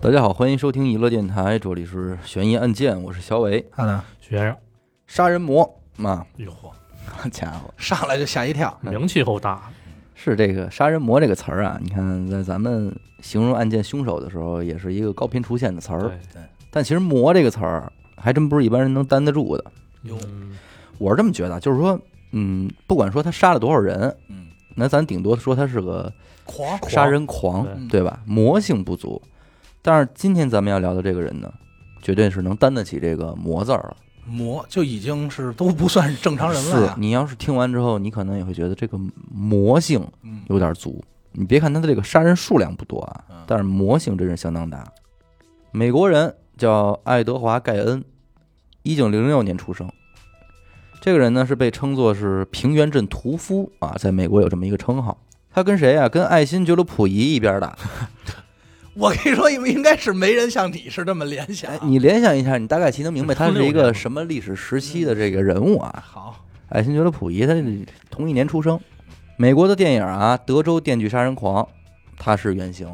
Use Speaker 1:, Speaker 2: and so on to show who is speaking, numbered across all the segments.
Speaker 1: 大家好，欢迎收听娱乐电台，这里是悬疑案件，我是小伟。
Speaker 2: 好的，
Speaker 3: 学生，
Speaker 1: 杀人魔啊，
Speaker 3: 哟嚯，
Speaker 1: 好家伙，
Speaker 2: 上来就吓一跳，
Speaker 3: 名气够大，
Speaker 1: 是这个“杀人魔”这个词儿啊，你看在咱们形容案件凶手的时候，也是一个高频出现的词儿。
Speaker 3: 对，
Speaker 1: 但其实“魔”这个词儿还真不是一般人能担得住的。
Speaker 2: 哟
Speaker 3: 嗯
Speaker 1: 我是这么觉得，就是说，嗯，不管说他杀了多少人，
Speaker 2: 嗯，
Speaker 1: 那咱顶多说他是个
Speaker 2: 狂
Speaker 1: 杀，人狂，
Speaker 2: 对
Speaker 1: 对吧？魔性不足。但是今天咱们要聊的这个人呢，绝对是能担得起这个“魔”字儿啊了。
Speaker 2: 魔就已经是都不算是正常人了啊
Speaker 1: 是啊
Speaker 2: 呀，
Speaker 1: 你要是听完之后，你可能也会觉得这个魔性
Speaker 2: 嗯，
Speaker 1: 有点足。你别看他的这个杀人数量不多
Speaker 2: 嗯
Speaker 1: 啊，但是魔性真是相当大。美国人叫爱德华·盖恩，一九零六年出生。这个人呢是被称作是平原镇屠夫啊，在美国有这么一个称号。他跟谁啊？跟爱新觉罗·溥仪一边 打。
Speaker 2: 我跟你说，应该是没人像你是这么联想啊
Speaker 1: 哎，你联想一下，你大概其能明白他是一
Speaker 3: 1906
Speaker 1: 个
Speaker 3: 年
Speaker 1: 什么历史时期的这个人物啊？
Speaker 2: 好，
Speaker 1: 爱新觉罗·溥仪，他同一年出生。美国的电影啊，《德州电锯杀人狂》，他是原型；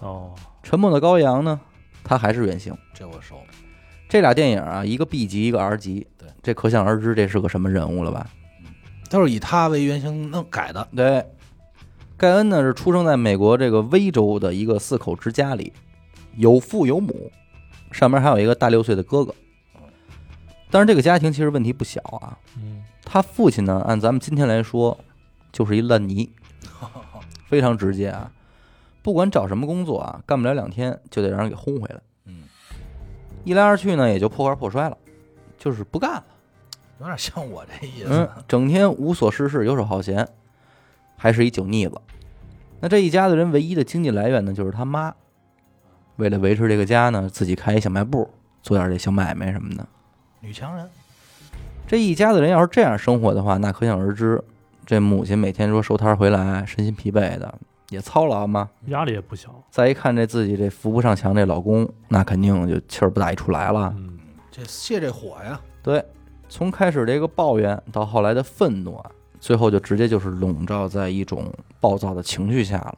Speaker 1: 《
Speaker 3: 哦，
Speaker 1: 沉默的羔羊》呢，他还是原型。
Speaker 2: 这我熟，
Speaker 1: 这俩电影啊，一个 B 级，一个 R 级，
Speaker 2: 对，
Speaker 1: 这可想而知这是个什么人物了吧？
Speaker 2: 都是以他为原型弄改的，
Speaker 1: 对，盖恩呢是出生在美国这个威州的一个四口之家里，有父有母，上面还有一个大六岁的哥哥。但是这个家庭其实问题不小啊，
Speaker 3: 嗯，
Speaker 1: 他父亲呢，按咱们今天来说，就是一烂泥，非常直接啊。不管找什么工作啊，干不了两天就得让人给轰回来。
Speaker 2: 嗯，
Speaker 1: 一来二去呢，也就破罐破摔了，就是不干了。
Speaker 2: 有点像我这意
Speaker 1: 嗯
Speaker 2: 思，，
Speaker 1: 整天无所事事，游手好闲，还是一酒腻子。那这一家子人唯一的经济来源呢，就是他妈。为了维持这个家呢，自己开一小卖部，做点这小买卖什么的。
Speaker 2: 女强人，
Speaker 1: 这一家子人要是这样生活的话，那可想而知，这母亲每天说收摊儿回来，身心疲惫的，也操劳嘛。
Speaker 3: 压力也不小，
Speaker 1: 再一看这自己这扶不上墙这老公，那肯定就气儿不打一处来了。
Speaker 3: 嗯，
Speaker 2: 这泄这火呀，
Speaker 1: 对，从开始这个抱怨到后来的愤怒啊，最后就直接就是笼罩在一种暴躁的情绪下了，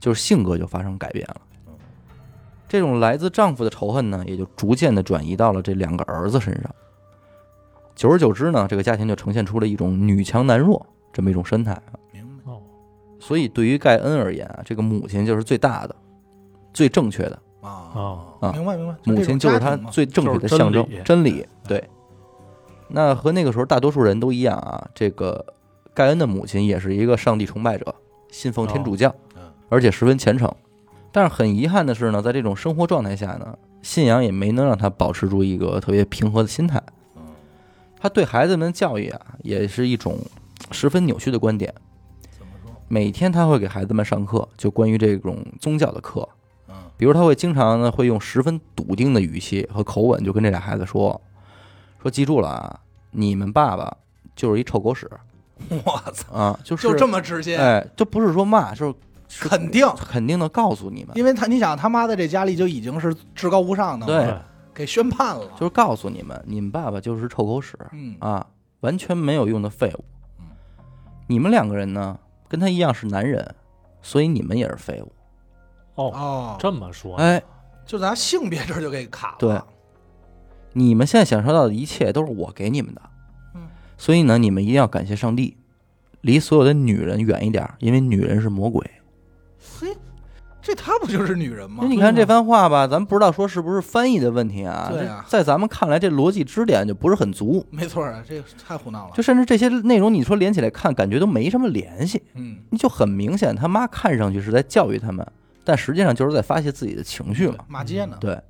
Speaker 1: 就是性格就发生改变了
Speaker 2: 嗯。
Speaker 1: 这种来自丈夫的仇恨呢，也就逐渐的转移到了这两个儿子身上。久而久之呢，这个家庭就呈现出了一种女强男弱这么一种生态。
Speaker 2: 明白？
Speaker 3: 哦，
Speaker 1: 所以对于盖恩而言啊，这个母亲就是最大的、最正确的，
Speaker 3: 哦
Speaker 2: 啊
Speaker 1: 啊
Speaker 2: 明白明白，
Speaker 1: 母亲就是他
Speaker 2: 这种家庭嘛
Speaker 1: 最正确的象征，真理。对，那和那个时候大多数人都一样啊，这个盖恩的母亲也是一个上帝崇拜者，信奉天主教，
Speaker 2: 嗯
Speaker 1: 而且十分虔诚。但是很遗憾的是呢，在这种生活状态下呢，信仰也没能让他保持住一个特别平和的心态。
Speaker 2: 嗯，
Speaker 1: 他对孩子们的教育啊，也是一种十分扭曲的观点。
Speaker 2: 怎么说？
Speaker 1: 每天他会给孩子们上课，就关于这种宗教的课，
Speaker 2: 嗯，
Speaker 1: 比如他会经常呢会用十分笃定的语气和口吻，就跟这俩孩子说：“说记住了啊，你们爸爸就是一臭狗屎
Speaker 2: 我操，
Speaker 1: 啊，就是
Speaker 2: 就这么直接，
Speaker 1: 哎，就不是说骂，就是是
Speaker 2: 肯定。
Speaker 1: 肯定的告诉你们，
Speaker 2: 因为他，你想他妈在这家里就已经是至高无上的了，
Speaker 1: 对
Speaker 3: 对
Speaker 2: 给宣判了，
Speaker 1: 就是告诉你们，你们爸爸就是臭狗屎
Speaker 2: 嗯
Speaker 1: 啊，完全没有用的废物
Speaker 2: 嗯。
Speaker 1: 你们两个人呢，跟他一样是男人，所以你们也是废物。
Speaker 3: 哦，
Speaker 2: 哦，
Speaker 3: 这么说，
Speaker 1: 啊哎，
Speaker 2: 就咱性别这儿就给卡了，
Speaker 1: 对你们现在享受到的一切都是我给你们的，
Speaker 2: 嗯，
Speaker 1: 所以呢，你们一定要感谢上帝，离所有的女人远一点儿，因为女人是魔鬼。
Speaker 2: 嘿，这她不就是女人吗
Speaker 1: 那？你看这番话吧，咱不知道说是不是翻译的问题啊？
Speaker 2: 对啊
Speaker 1: 这在咱们看来，这逻辑支点就不是很足，
Speaker 2: 没错啊，这个太胡闹了，
Speaker 1: 就甚至这些内容，你说连起来看，感觉都没什么联系，
Speaker 2: 嗯，
Speaker 1: 你就很明显，他妈看上去是在教育他们，但实际上就是在发泄自己的情绪嘛。
Speaker 2: 骂街呢，
Speaker 1: 嗯对，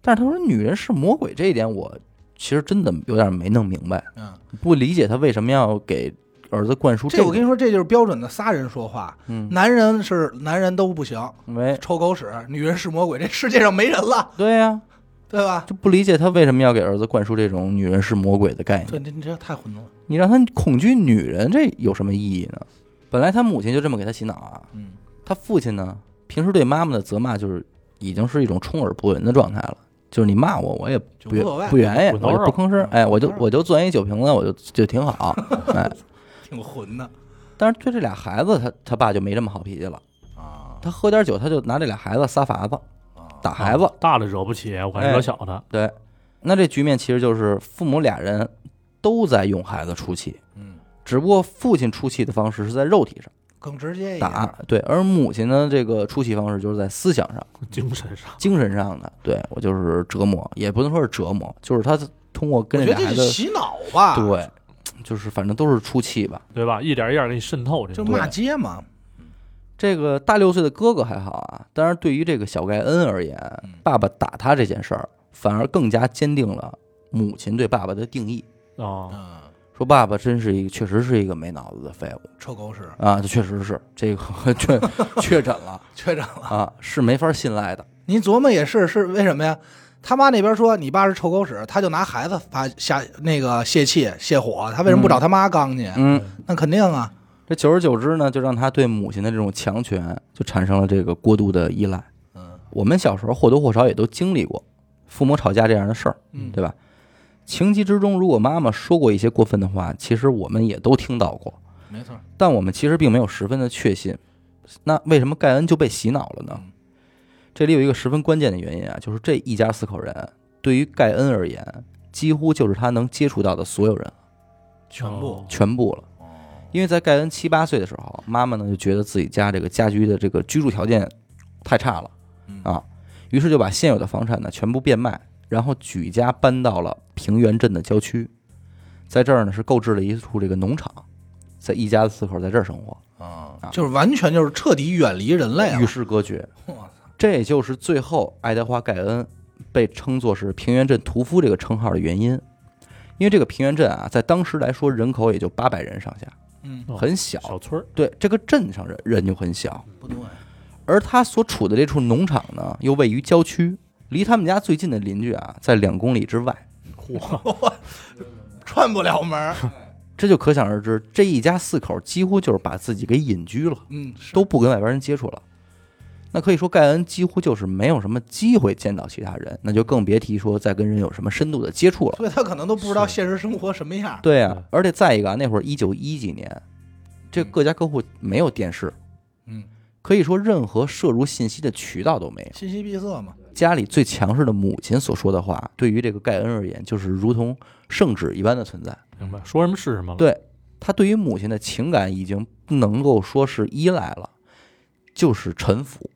Speaker 1: 但是他说女人是魔鬼这一点，我其实真的有点没弄明白。
Speaker 2: 嗯，
Speaker 1: 不理解他为什么要给儿子灌输
Speaker 2: 这我
Speaker 1: 个
Speaker 2: 跟你说，这就是标准的仨人说话，
Speaker 1: 嗯，
Speaker 2: 男人是男人都不行，
Speaker 1: 喂，
Speaker 2: 臭狗屎，女人是魔鬼，这世界上没人了，
Speaker 1: 对呀、
Speaker 2: 对吧？
Speaker 1: 就不理解他为什么要给儿子灌输这种“女人是魔鬼”的概念。
Speaker 2: 对，你你这太混乱了，
Speaker 1: 你让他恐惧女人，这有什么意义呢？本来他母亲就这么给他洗脑啊，
Speaker 2: 嗯，
Speaker 1: 他父亲呢，平时对妈妈的责骂就是已经是一种充耳不闻的状态了，就是你骂我，我也
Speaker 2: 就
Speaker 1: 不
Speaker 2: 无所谓，
Speaker 1: 不原也，
Speaker 3: 滚
Speaker 1: 我
Speaker 3: 刀
Speaker 1: 也
Speaker 3: 肉
Speaker 1: 不吭声，哎，我就
Speaker 2: 滚刀肉
Speaker 1: 我就攥一酒瓶子，我就就挺 好，哎。
Speaker 2: 挺混的
Speaker 1: 但是对这俩孩子，他他爸就没这么好脾气了，
Speaker 2: 啊
Speaker 1: 他喝点酒，他就拿这俩孩子撒法子，
Speaker 2: 啊，
Speaker 1: 打孩子。
Speaker 3: 大的惹不起，我还
Speaker 1: 哎
Speaker 3: 惹小的，
Speaker 1: 对，那这局面其实就是父母俩人都在用孩子出气，
Speaker 2: 嗯，
Speaker 1: 只不过父亲出气的方式是在肉体上
Speaker 2: 更直接一点。
Speaker 1: 打，对，而母亲呢，这个出气方式就是在思想上、
Speaker 3: 精神上
Speaker 1: 精神上的。对我就是折磨，也不能说是折磨，就是他通过
Speaker 2: 我
Speaker 1: 跟
Speaker 2: 觉
Speaker 1: 这
Speaker 2: 得
Speaker 1: 俩
Speaker 2: 这
Speaker 1: 孩
Speaker 2: 是
Speaker 1: 子，
Speaker 2: 洗脑吧？，
Speaker 1: 对，就是反正都是出气吧。
Speaker 3: 对吧？一点一点给你渗透这
Speaker 2: 就
Speaker 3: 个，
Speaker 2: 骂街嘛。
Speaker 1: 这个大六岁的哥哥还好啊，但是对于这个小盖恩而言
Speaker 2: 嗯，
Speaker 1: 爸爸打他这件事儿，反而更加坚定了母亲对爸爸的定义，哦
Speaker 3: 啊，
Speaker 2: 嗯，
Speaker 1: 说爸爸真是一个，确实是一个没脑子的废物
Speaker 2: 臭狗屎，
Speaker 1: 啊，这确实是这个 确确诊了
Speaker 2: 确诊了。
Speaker 1: 啊，是没法信赖的。嗯
Speaker 2: 您琢磨也是，是为什么呀？他妈那边说你爸是臭狗屎，他就拿孩子发下那个泄气泄火，他为什么不找他妈刚去？
Speaker 1: 嗯，
Speaker 2: 那肯定啊，
Speaker 1: 这久而久之呢，就让他对母亲的这种强权就产生了这个过度的依赖。
Speaker 2: 嗯
Speaker 1: 我们小时候或多或少也都经历过父母吵架这样的事儿，
Speaker 2: 嗯
Speaker 1: 对吧？情急之中，如果妈妈说过一些过分的话，其实我们也都听到过，
Speaker 2: 没错，
Speaker 1: 但我们其实并没有十分的确信。那为什么盖恩就被洗脑了呢？
Speaker 2: 嗯
Speaker 1: 这里有一个十分关键的原因啊，就是这一家四口人对于盖恩而言，几乎就是他能接触到的所有人
Speaker 2: 全部
Speaker 3: 哦
Speaker 1: 全部了。因为在盖恩七八岁的时候，妈妈呢就觉得自己家这个家居的这个居住条件太差了
Speaker 2: 嗯
Speaker 1: 啊，于是就把现有的房产呢全部变卖，然后举家搬到了平原镇的郊区，在这儿呢是购置了一处这个农场，在一家四口在这儿生活，
Speaker 2: 啊
Speaker 1: 啊
Speaker 2: 就是完全就是彻底远离人类
Speaker 1: 与
Speaker 2: 了。
Speaker 1: 世隔绝。
Speaker 2: 我操，
Speaker 1: 这就是最后爱德华·盖恩被称作是平原镇屠夫这个称号的原因，因为这个平原镇啊，在当时来说人口也就八百人上下，
Speaker 2: 嗯，
Speaker 3: 哦
Speaker 1: 很小。
Speaker 3: 小村儿，
Speaker 1: 对，这个镇上人人就很小，
Speaker 2: 不对，
Speaker 1: 而他所处的这处农场呢，又位于郊区，离他们家最近的邻居啊，在两公里之外。
Speaker 3: 嚯，
Speaker 2: 串不了门儿。
Speaker 1: 这就可想而知，这一家四口几乎就是把自己给隐居了，
Speaker 2: 嗯，是
Speaker 1: 都不跟外边人接触了。那可以说，盖恩几乎就是没有什么机会见到其他人，那就更别提说再跟人有什么深度的接触了。
Speaker 2: 所以他可能都不知道现实生活什么样。
Speaker 1: 对啊
Speaker 3: 对，
Speaker 1: 而且再一个啊，那会儿一九一几年，这各家各户没有电视，
Speaker 2: 嗯，
Speaker 1: 可以说任何摄入信息的渠道都没有。
Speaker 2: 信息闭塞嘛。
Speaker 1: 家里最强势的母亲所说的话，对于这个盖恩而言，就是如同圣旨一般的存在。
Speaker 2: 哦
Speaker 3: 明白，说什么是什么了，
Speaker 1: 对他对于母亲的情感已经不能够说是依赖了，就是臣服。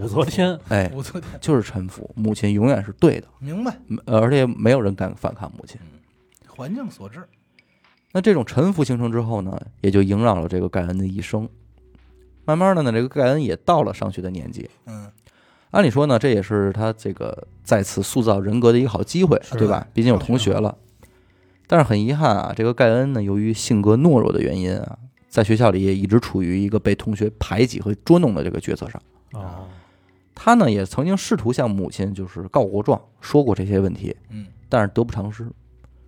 Speaker 3: 武则天，
Speaker 1: 哎，
Speaker 2: 武则天，
Speaker 1: 就是臣服，母亲永远是对的，
Speaker 2: 明白，
Speaker 1: 嗯而且没有人敢反抗母亲。
Speaker 2: 环境所致。
Speaker 1: 那这种臣服形成之后呢，也就萦绕了这个盖恩的一生。慢慢的呢，这个盖恩也到了上学的年纪。
Speaker 2: 嗯，
Speaker 1: 按理说呢，这也是他这个再次塑造人格的一个好机会，
Speaker 3: 是
Speaker 1: 对吧？毕竟有同学了。但是很遗憾啊，这个盖恩呢，由于性格懦弱的原因啊，在学校里也一直处于一个被同学排挤和捉弄的这个角色上。
Speaker 2: 啊
Speaker 3: 哦，
Speaker 1: 他呢，也曾经试图向母亲就是告过状，说过这些问题，
Speaker 2: 嗯，
Speaker 1: 但是得不偿失。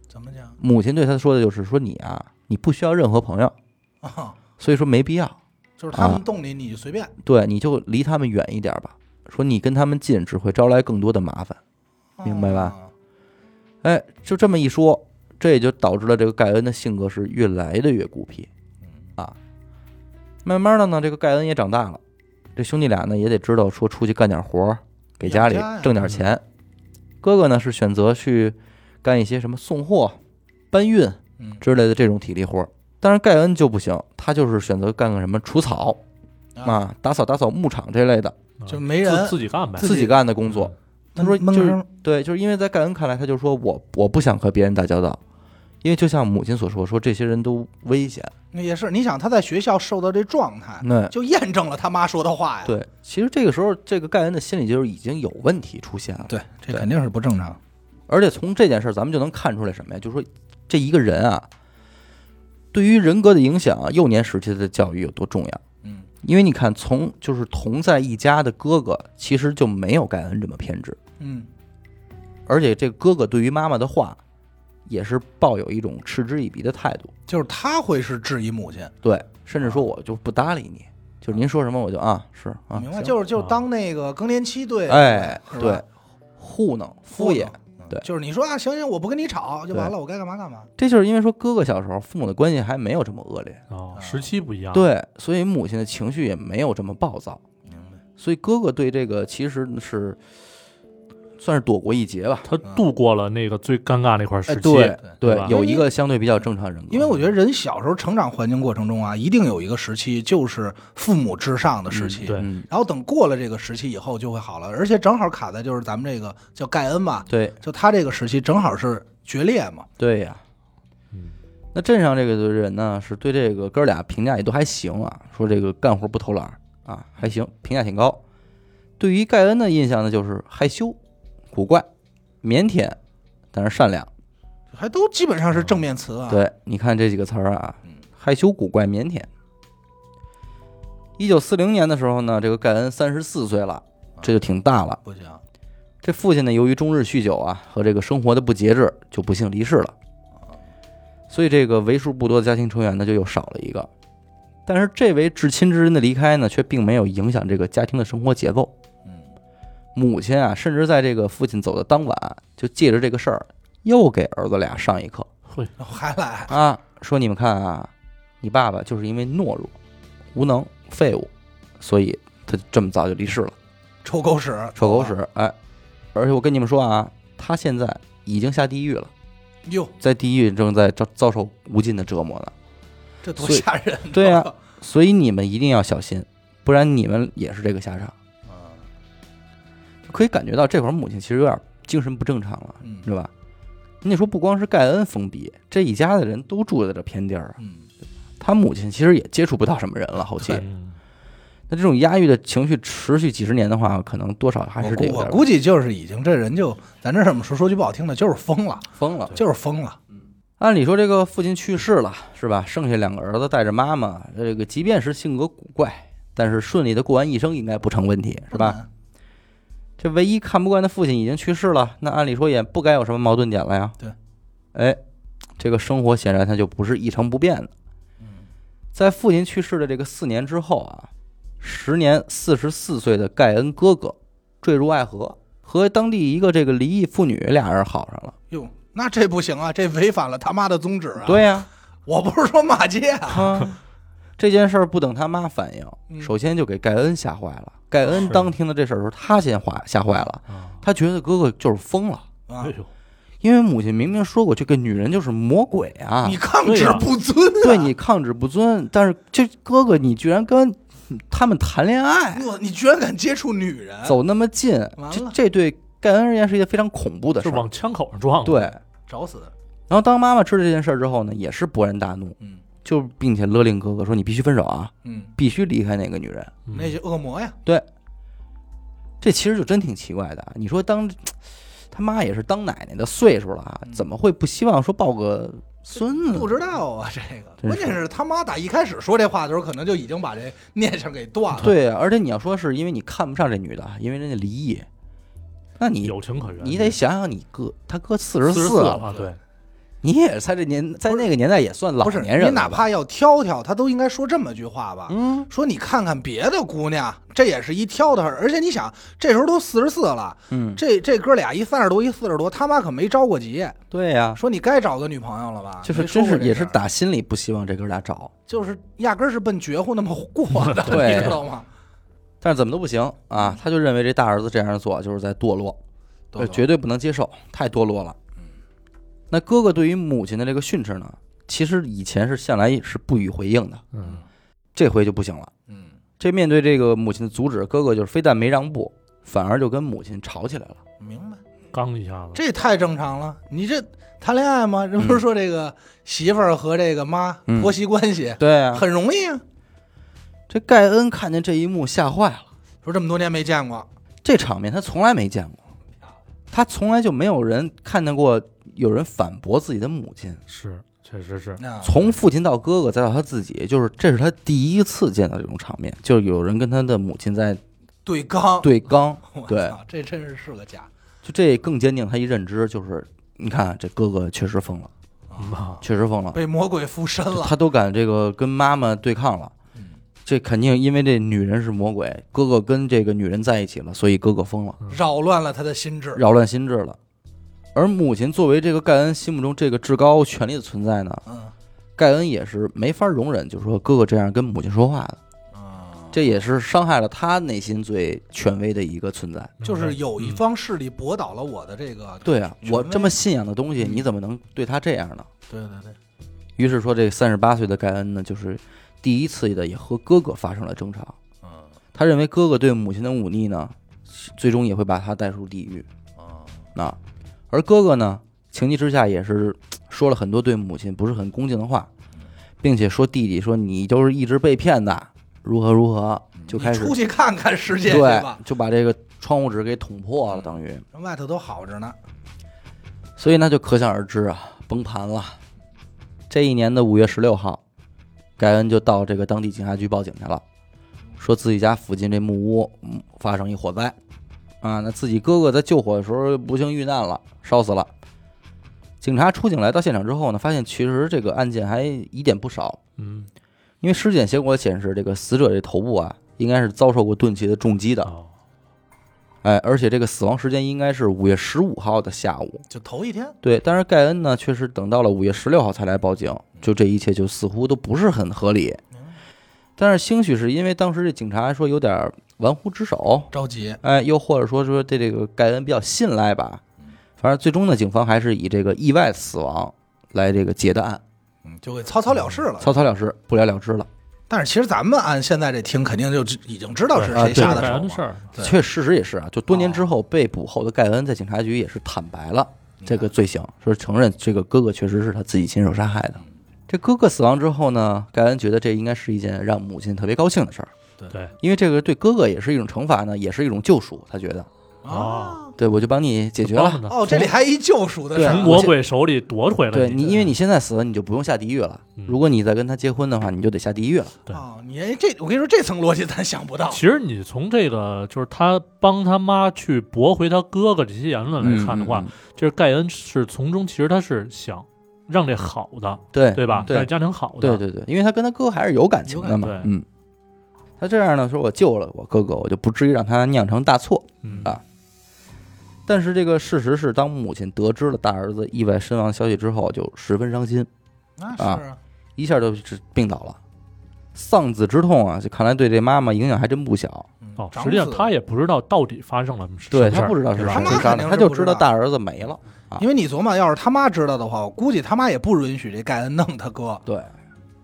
Speaker 2: 怎么讲
Speaker 1: 母亲对他说的就是说你啊，你不需要任何朋友，
Speaker 2: 啊？
Speaker 1: 所以说没必要，
Speaker 2: 就是他
Speaker 1: 啊
Speaker 2: 们动你，你就随便。
Speaker 1: 对，你就离他们远一点吧。说你跟他们近，只会招来更多的麻烦。明白吧
Speaker 2: 啊？
Speaker 1: 哎，就这么一说，这也就导致了这个盖恩的性格是越来的越孤僻啊。慢慢的呢，这个盖恩也长大了，这兄弟俩呢也得知道说出去干点活儿，给家里
Speaker 2: 养家呀
Speaker 1: 挣点钱。哥哥呢是选择去干一些什么送货、搬运
Speaker 2: 嗯
Speaker 1: 之类的这种体力活儿，但是盖恩就不行，他就是选择干个什么除草
Speaker 2: 啊
Speaker 1: 啊、打扫打扫牧场这类的
Speaker 3: 啊
Speaker 2: 就没人
Speaker 3: 自自己干呗，
Speaker 1: 自己嗯干的工作。他说
Speaker 2: 闷
Speaker 1: 就是
Speaker 2: 声
Speaker 1: 对，就是因为在盖恩看来，他就说我我不想和别人打交道，因为就像母亲所说，说这些人都危险。
Speaker 2: 那也是，你想他在学校受到这状态，
Speaker 1: 那
Speaker 2: 就验证了他妈说的话呀。
Speaker 1: 嗯对，其实这个时候，这个盖恩的心里就是已经有问题出现了。，
Speaker 2: 对，这
Speaker 1: 对
Speaker 2: 肯定是不正常。
Speaker 1: 而且从这件事儿，咱们就能看出来什么呀？就是说这一个人啊，对于人格的影响啊，幼年时期的教育有多重要。
Speaker 2: 嗯，
Speaker 1: 因为你看，从就是同在一家的哥哥，其实就没有盖恩这么偏执，
Speaker 2: 嗯，
Speaker 1: 而且这个哥哥对于妈妈的话，也是抱有一种嗤之以鼻的态度。
Speaker 2: 就是他会是质疑母亲，
Speaker 1: 对，甚至说我就不搭理你，就是您说什么我就啊是啊，
Speaker 2: 明白？
Speaker 1: 行
Speaker 2: 就是就是
Speaker 3: 啊
Speaker 2: 当那个更年期对，
Speaker 1: 哎
Speaker 2: 是吧
Speaker 1: 对，糊弄敷衍，，对
Speaker 2: 就是你说啊，行行，我不跟你吵就完了，我该干嘛干嘛。
Speaker 1: 这就是因为说哥哥小时候父母的关系还没有这么恶劣，
Speaker 3: 哦啊，时期不一样，，
Speaker 1: 对，所以母亲的情绪也没有这么暴躁，
Speaker 2: 明白。
Speaker 1: 所以哥哥对这个其实是算是躲过一劫吧。
Speaker 3: 他度过了那个最尴尬那块时
Speaker 1: 哎，
Speaker 3: 期，
Speaker 1: 对
Speaker 3: 对
Speaker 1: 对
Speaker 3: 吧，
Speaker 1: 有一个相对比较正常人格，
Speaker 2: 因为我觉得人小时候成长环境过程中啊，一定有一个时期就是父母至上的时期。
Speaker 3: 嗯对
Speaker 1: 嗯，
Speaker 2: 然后等过了这个时期以后就会好了，而且正好卡在就是咱们这个叫盖恩吧，
Speaker 1: 对
Speaker 2: 就他这个时期正好是决裂嘛。
Speaker 1: 对呀。
Speaker 3: 嗯
Speaker 1: 那镇上这个人呢，是对这个哥俩评价也都还行啊，说这个干活不偷懒儿啊，还行，评价挺高。对于盖恩的印象呢，就是害羞、古怪、腼腆，但是善良。
Speaker 2: 还都基本上是正面词啊。，
Speaker 1: 嗯对，你看这几个词儿啊
Speaker 2: 嗯，
Speaker 1: 害羞、古怪、腼腆。一九四零年的时候呢，这个盖恩三十四岁了，这就挺大了。
Speaker 2: 不行，
Speaker 1: 这父亲呢，由于终日酗酒啊和这个生活的不节制，就不幸离世了。所以这个为数不多的家庭成员呢，就又少了一个。但是这位至亲之人的离开呢，却并没有影响这个家庭的生活节奏。
Speaker 2: 嗯，
Speaker 1: 母亲啊，甚至在这个父亲走的当晚，啊就借着这个事儿，又给儿子俩上一课
Speaker 3: 会
Speaker 2: 还来，
Speaker 1: 啊，说你们看啊，你爸爸就是因为懦弱、无能、废物，所以他就这么早就离世了。
Speaker 2: 臭狗屎，啊
Speaker 1: 臭狗屎！哎，而且我跟你们说啊，他现在已经下地狱了。
Speaker 2: 哟，
Speaker 1: 在地狱正在遭遭受无尽的折磨呢。
Speaker 2: 这多
Speaker 1: 所以
Speaker 2: 吓人！啊
Speaker 1: 对啊呀、所以你们一定要小心，不然你们也是这个下场。就可以感觉到这会儿母亲其实有点精神不正常了，
Speaker 2: 嗯
Speaker 1: 是吧？你得说不光是盖恩封闭，这一家的人都住在这偏地儿啊。
Speaker 2: 嗯，
Speaker 1: 他母亲其实也接触不到什么人了，后期
Speaker 2: 对
Speaker 3: 嗯
Speaker 1: 那这种压抑的情绪持续几十年的话，可能多少还
Speaker 2: 我
Speaker 1: 是得
Speaker 2: 估
Speaker 1: 有
Speaker 2: 我
Speaker 1: 点
Speaker 2: 估计就是已经这人就，咱这怎么说说句不好听的，就是疯了，
Speaker 1: 疯了。
Speaker 2: 就是疯了。
Speaker 1: 按理说，这个父亲去世了，是吧？剩下两个儿子带着妈妈，这个即便是性格古怪，但是顺利的过完一生应该不成问题，是吧？
Speaker 2: 嗯？
Speaker 1: 这唯一看不惯的父亲已经去世了，那按理说也不该有什么矛盾点了呀。
Speaker 2: 对，
Speaker 1: 哎，这个生活显然它就不是一成不变的。
Speaker 2: 嗯
Speaker 1: 在父亲去世的这个四年之后啊，时年四十四岁的盖恩哥哥坠入爱河，和当地一个这个离异妇女俩人好上了。
Speaker 2: 哟，那这不行啊，这违反了他妈的宗旨啊！，
Speaker 1: 对呀、
Speaker 2: 我不是说骂街 啊，
Speaker 1: 啊， 这件事儿不等他妈反应，
Speaker 2: 嗯
Speaker 1: 首先就给盖恩吓坏了。盖恩
Speaker 3: 是
Speaker 1: 当听到这事儿的时候，他先坏吓坏了，
Speaker 3: 啊，
Speaker 1: 他觉得哥哥就是疯了。
Speaker 2: 啊
Speaker 3: 哎，呦，
Speaker 1: 因为母亲明明说过，这个女人就是魔鬼啊！
Speaker 2: 你抗旨不遵啊！
Speaker 1: 对你抗旨不遵，但是这哥哥你居然跟他们谈恋爱，
Speaker 2: 我，你居然敢接触女人，
Speaker 1: 走那么近，
Speaker 2: 哎完
Speaker 1: 这
Speaker 2: 了
Speaker 1: 这对盖恩而言是一件非常恐怖的事
Speaker 3: 是
Speaker 1: 儿。
Speaker 3: 往枪口上撞，
Speaker 1: 对，，
Speaker 2: 找死！
Speaker 1: 然后当妈妈知道这件事儿之后呢，也是勃然大怒，
Speaker 2: 嗯
Speaker 1: 就并且勒令哥哥说：“你必须分手啊，
Speaker 2: 嗯，
Speaker 1: 必须离开那个女人。
Speaker 3: 嗯
Speaker 2: 那些恶魔呀，”
Speaker 1: 这其实就真挺奇怪的啊。你说当他妈也是当奶奶的岁数了啊，
Speaker 2: 嗯
Speaker 1: 怎么会不希望说抱个孙子呢？
Speaker 2: 不知道啊，这个
Speaker 1: 嗯真是
Speaker 2: 关键是他妈打一开始说这话的时候，可能就已经把这念想给断了。
Speaker 1: 对啊，而且你要说是因为你看不上这女的，啊因为人家离异，那你
Speaker 3: 有情可原，
Speaker 1: 你得想想你哥，他哥四十
Speaker 3: 四
Speaker 1: 四了，
Speaker 3: 了，对，
Speaker 1: 你也是在这年，在那个年代也算老
Speaker 2: 不是
Speaker 1: 年人
Speaker 2: 你哪
Speaker 1: 了吧
Speaker 2: 怕要挑挑，他都应该说这么句话吧？
Speaker 1: 嗯，
Speaker 2: 说你看看别的姑娘，这也是一挑的事儿。而且你想，这时候都四十四了，
Speaker 1: 嗯，
Speaker 2: 这这哥俩一三十多，一四十多，他妈可没着过急。
Speaker 1: 对呀、
Speaker 2: 说你该找个女朋友了吧？
Speaker 1: 就是
Speaker 2: 啊没说
Speaker 1: 真
Speaker 2: 过
Speaker 1: 是
Speaker 2: 这
Speaker 1: 也
Speaker 2: 事
Speaker 1: 是
Speaker 2: 儿，
Speaker 1: 打心里不希望这哥俩找，
Speaker 2: 就是压根儿是奔绝户那么过的，
Speaker 1: 对
Speaker 2: 你知道吗？
Speaker 1: 但是怎么都不行
Speaker 2: 嗯
Speaker 1: 啊，他就认为这大儿子这样做就是在堕落，
Speaker 2: 对
Speaker 1: 呃绝对不能接受，太堕落了。那哥哥对于母亲的这个训斥呢，其实以前是向来是不予回应的，
Speaker 3: 嗯，
Speaker 1: 这回就不行了。
Speaker 2: 嗯，
Speaker 1: 这面对这个母亲的阻止，哥哥就是非但没让步，反而就跟母亲吵起来了。
Speaker 2: 明白，
Speaker 3: 刚一下子，
Speaker 2: 这太正常了。你这谈恋爱吗？这不是说这个媳妇儿和这个妈
Speaker 1: 嗯
Speaker 2: 婆媳关系
Speaker 1: 对啊，
Speaker 2: 很容易啊？
Speaker 1: 这盖恩看见这一幕吓坏了，
Speaker 2: 说这么多年没见过，
Speaker 1: 这场面他从来没见过，他从来就没有人看见过有人反驳自己的母亲。
Speaker 3: 是，确实是，
Speaker 2: 那
Speaker 1: 从父亲到哥哥，再到他自己，就是这是他第一次见到这种场面，就是有人跟他的母亲在
Speaker 2: 对刚，
Speaker 1: 对刚。
Speaker 2: 我
Speaker 1: 对
Speaker 2: 操，这真是是个家。
Speaker 1: 就这更坚定他一认知，就是你看这哥哥确实疯了，
Speaker 3: 嗯啊，
Speaker 1: 确实疯了，
Speaker 2: 被魔鬼附身了。嗯
Speaker 1: 他都敢这个跟妈妈对抗了。这肯定因为这女人是魔鬼，哥哥跟这个女人在一起了，所以哥哥疯了，
Speaker 2: 扰乱了他的心智。
Speaker 1: 扰乱心智了。而母亲作为这个盖恩心目中这个至高权力的存在呢，
Speaker 2: 嗯
Speaker 1: 盖恩也是没法容忍，就是说哥哥这样跟母亲说话的。
Speaker 2: 啊，
Speaker 1: 这也是伤害了他内心最权威的一个存在。
Speaker 2: 就是有
Speaker 1: 嗯
Speaker 2: 一方势力驳倒了我的这个，
Speaker 1: 对啊，
Speaker 2: 权威
Speaker 1: 我这么信仰的东西，你怎么能对他这样呢？
Speaker 2: 对对对，
Speaker 1: 于是说，这三十八岁的盖恩呢，就是第一次的也和哥哥发生了争吵。
Speaker 2: 嗯
Speaker 1: 他认为哥哥对母亲的忤逆呢，最终也会把他带入地狱
Speaker 2: 啊
Speaker 1: 啊。而哥哥呢，情急之下也是说了很多对母亲不是很恭敬的话，并且说弟弟说你就是一直被骗的，如何如何，就开
Speaker 2: 你
Speaker 1: 始
Speaker 2: 出去看看世界去
Speaker 1: 对
Speaker 2: 吧，，
Speaker 1: 就把这个窗户纸给捅破了，等于。
Speaker 2: 外头都好着呢。
Speaker 1: 所以呢，就可想而知啊，崩盘了。这一年的五月十六号，盖恩就到这个当地警察局报警去了，说自己家附近这木屋嗯发生一火灾，啊，那自己哥哥在救火的时候不幸遇难了，烧死了。警察出警来到现场之后呢，发现其实这个案件还疑点不少，
Speaker 3: 嗯
Speaker 1: 因为尸检结果显示，这个死者这头部啊，应该是遭受过钝器的重击的，
Speaker 3: 哦
Speaker 1: 哎，而且这个死亡时间应该是五月十五号的下午，
Speaker 2: 就头一天，
Speaker 1: 对，但是盖恩呢，确实等到了五月十六号才来报警，就这一切就似乎都不是很合理。但是兴许是因为当时这警察说有点玩忽职守，
Speaker 2: 着急，
Speaker 1: 哎，又或者说说对这个盖恩比较信赖吧，反正最终呢，警方还是以这个意外死亡来这个结的案，
Speaker 2: 嗯，就给草草了事了。
Speaker 1: 草草了事，不了了之了。
Speaker 2: 但是其实咱们按现在这听，肯定就知已经知道是
Speaker 1: 啊
Speaker 2: 谁
Speaker 1: 对
Speaker 2: 下的
Speaker 3: 盖
Speaker 2: 手
Speaker 3: 恩
Speaker 2: 了
Speaker 3: 的事儿，
Speaker 2: 对
Speaker 1: 确事实也是啊，就多年之后被捕后的盖恩在警察局也是坦白了这个罪行，说承认这个哥哥确实是他自己亲手杀害的。这哥哥死亡之后呢，盖恩觉得这应该是一件让母亲特别高兴的事儿，
Speaker 3: 对，
Speaker 1: 因为这个对哥哥也是一种惩罚呢，也是一种救赎。他觉得，
Speaker 2: 啊
Speaker 3: 啊。
Speaker 1: 对我就帮你解决
Speaker 3: 帮着
Speaker 1: 了，
Speaker 3: 呢
Speaker 2: 哦，这里还一救赎的事
Speaker 1: 对
Speaker 3: 从
Speaker 2: 儿，
Speaker 1: 我
Speaker 3: 魔鬼手里夺回来。
Speaker 1: 对你，因为你现在死了，你就不用下地狱了。
Speaker 3: 嗯
Speaker 1: 如果你再跟他结婚的话，你就得下地狱了。
Speaker 3: 对
Speaker 2: 哦，你哎这我跟你说，这层逻辑 咱想不到。
Speaker 3: 其实你从这个就是他帮他妈去驳回他哥哥这些言论来看的话
Speaker 1: 嗯，嗯
Speaker 3: 就是盖恩是从中其实他是想让这好的，
Speaker 1: 对
Speaker 3: 对吧？
Speaker 1: 对
Speaker 3: 让家庭好的，
Speaker 1: 对对对，因为他跟他哥还是有感情的嘛
Speaker 3: 有感。情
Speaker 1: 嗯，他这样呢，说我救了我哥哥，我就不至于让他酿成大错。
Speaker 3: 嗯
Speaker 1: 啊但是这个事实是，当母亲得知了大儿子意外身亡消息之后，就十分伤心，
Speaker 2: 那
Speaker 1: 是啊，一下就是病倒了。丧子之痛啊，就看来对这妈妈影响还真不小。
Speaker 2: 嗯
Speaker 3: 哦，
Speaker 2: 长
Speaker 3: 实际上
Speaker 2: 子
Speaker 3: 他也不知道到底发生了什么事
Speaker 1: 对
Speaker 3: 儿，
Speaker 1: 他不知道是
Speaker 3: 对
Speaker 1: 谁
Speaker 3: 吧
Speaker 2: 他妈
Speaker 1: 杀
Speaker 2: 肯
Speaker 1: 的，
Speaker 2: 定
Speaker 1: 他
Speaker 2: 是
Speaker 1: 就
Speaker 2: 不
Speaker 1: 知
Speaker 2: 知
Speaker 1: 道
Speaker 2: 道
Speaker 1: 大儿子没了。啊
Speaker 2: 因为你琢磨，要是他妈知道的话，我估计他妈也不允许这盖恩弄他哥，
Speaker 1: 对，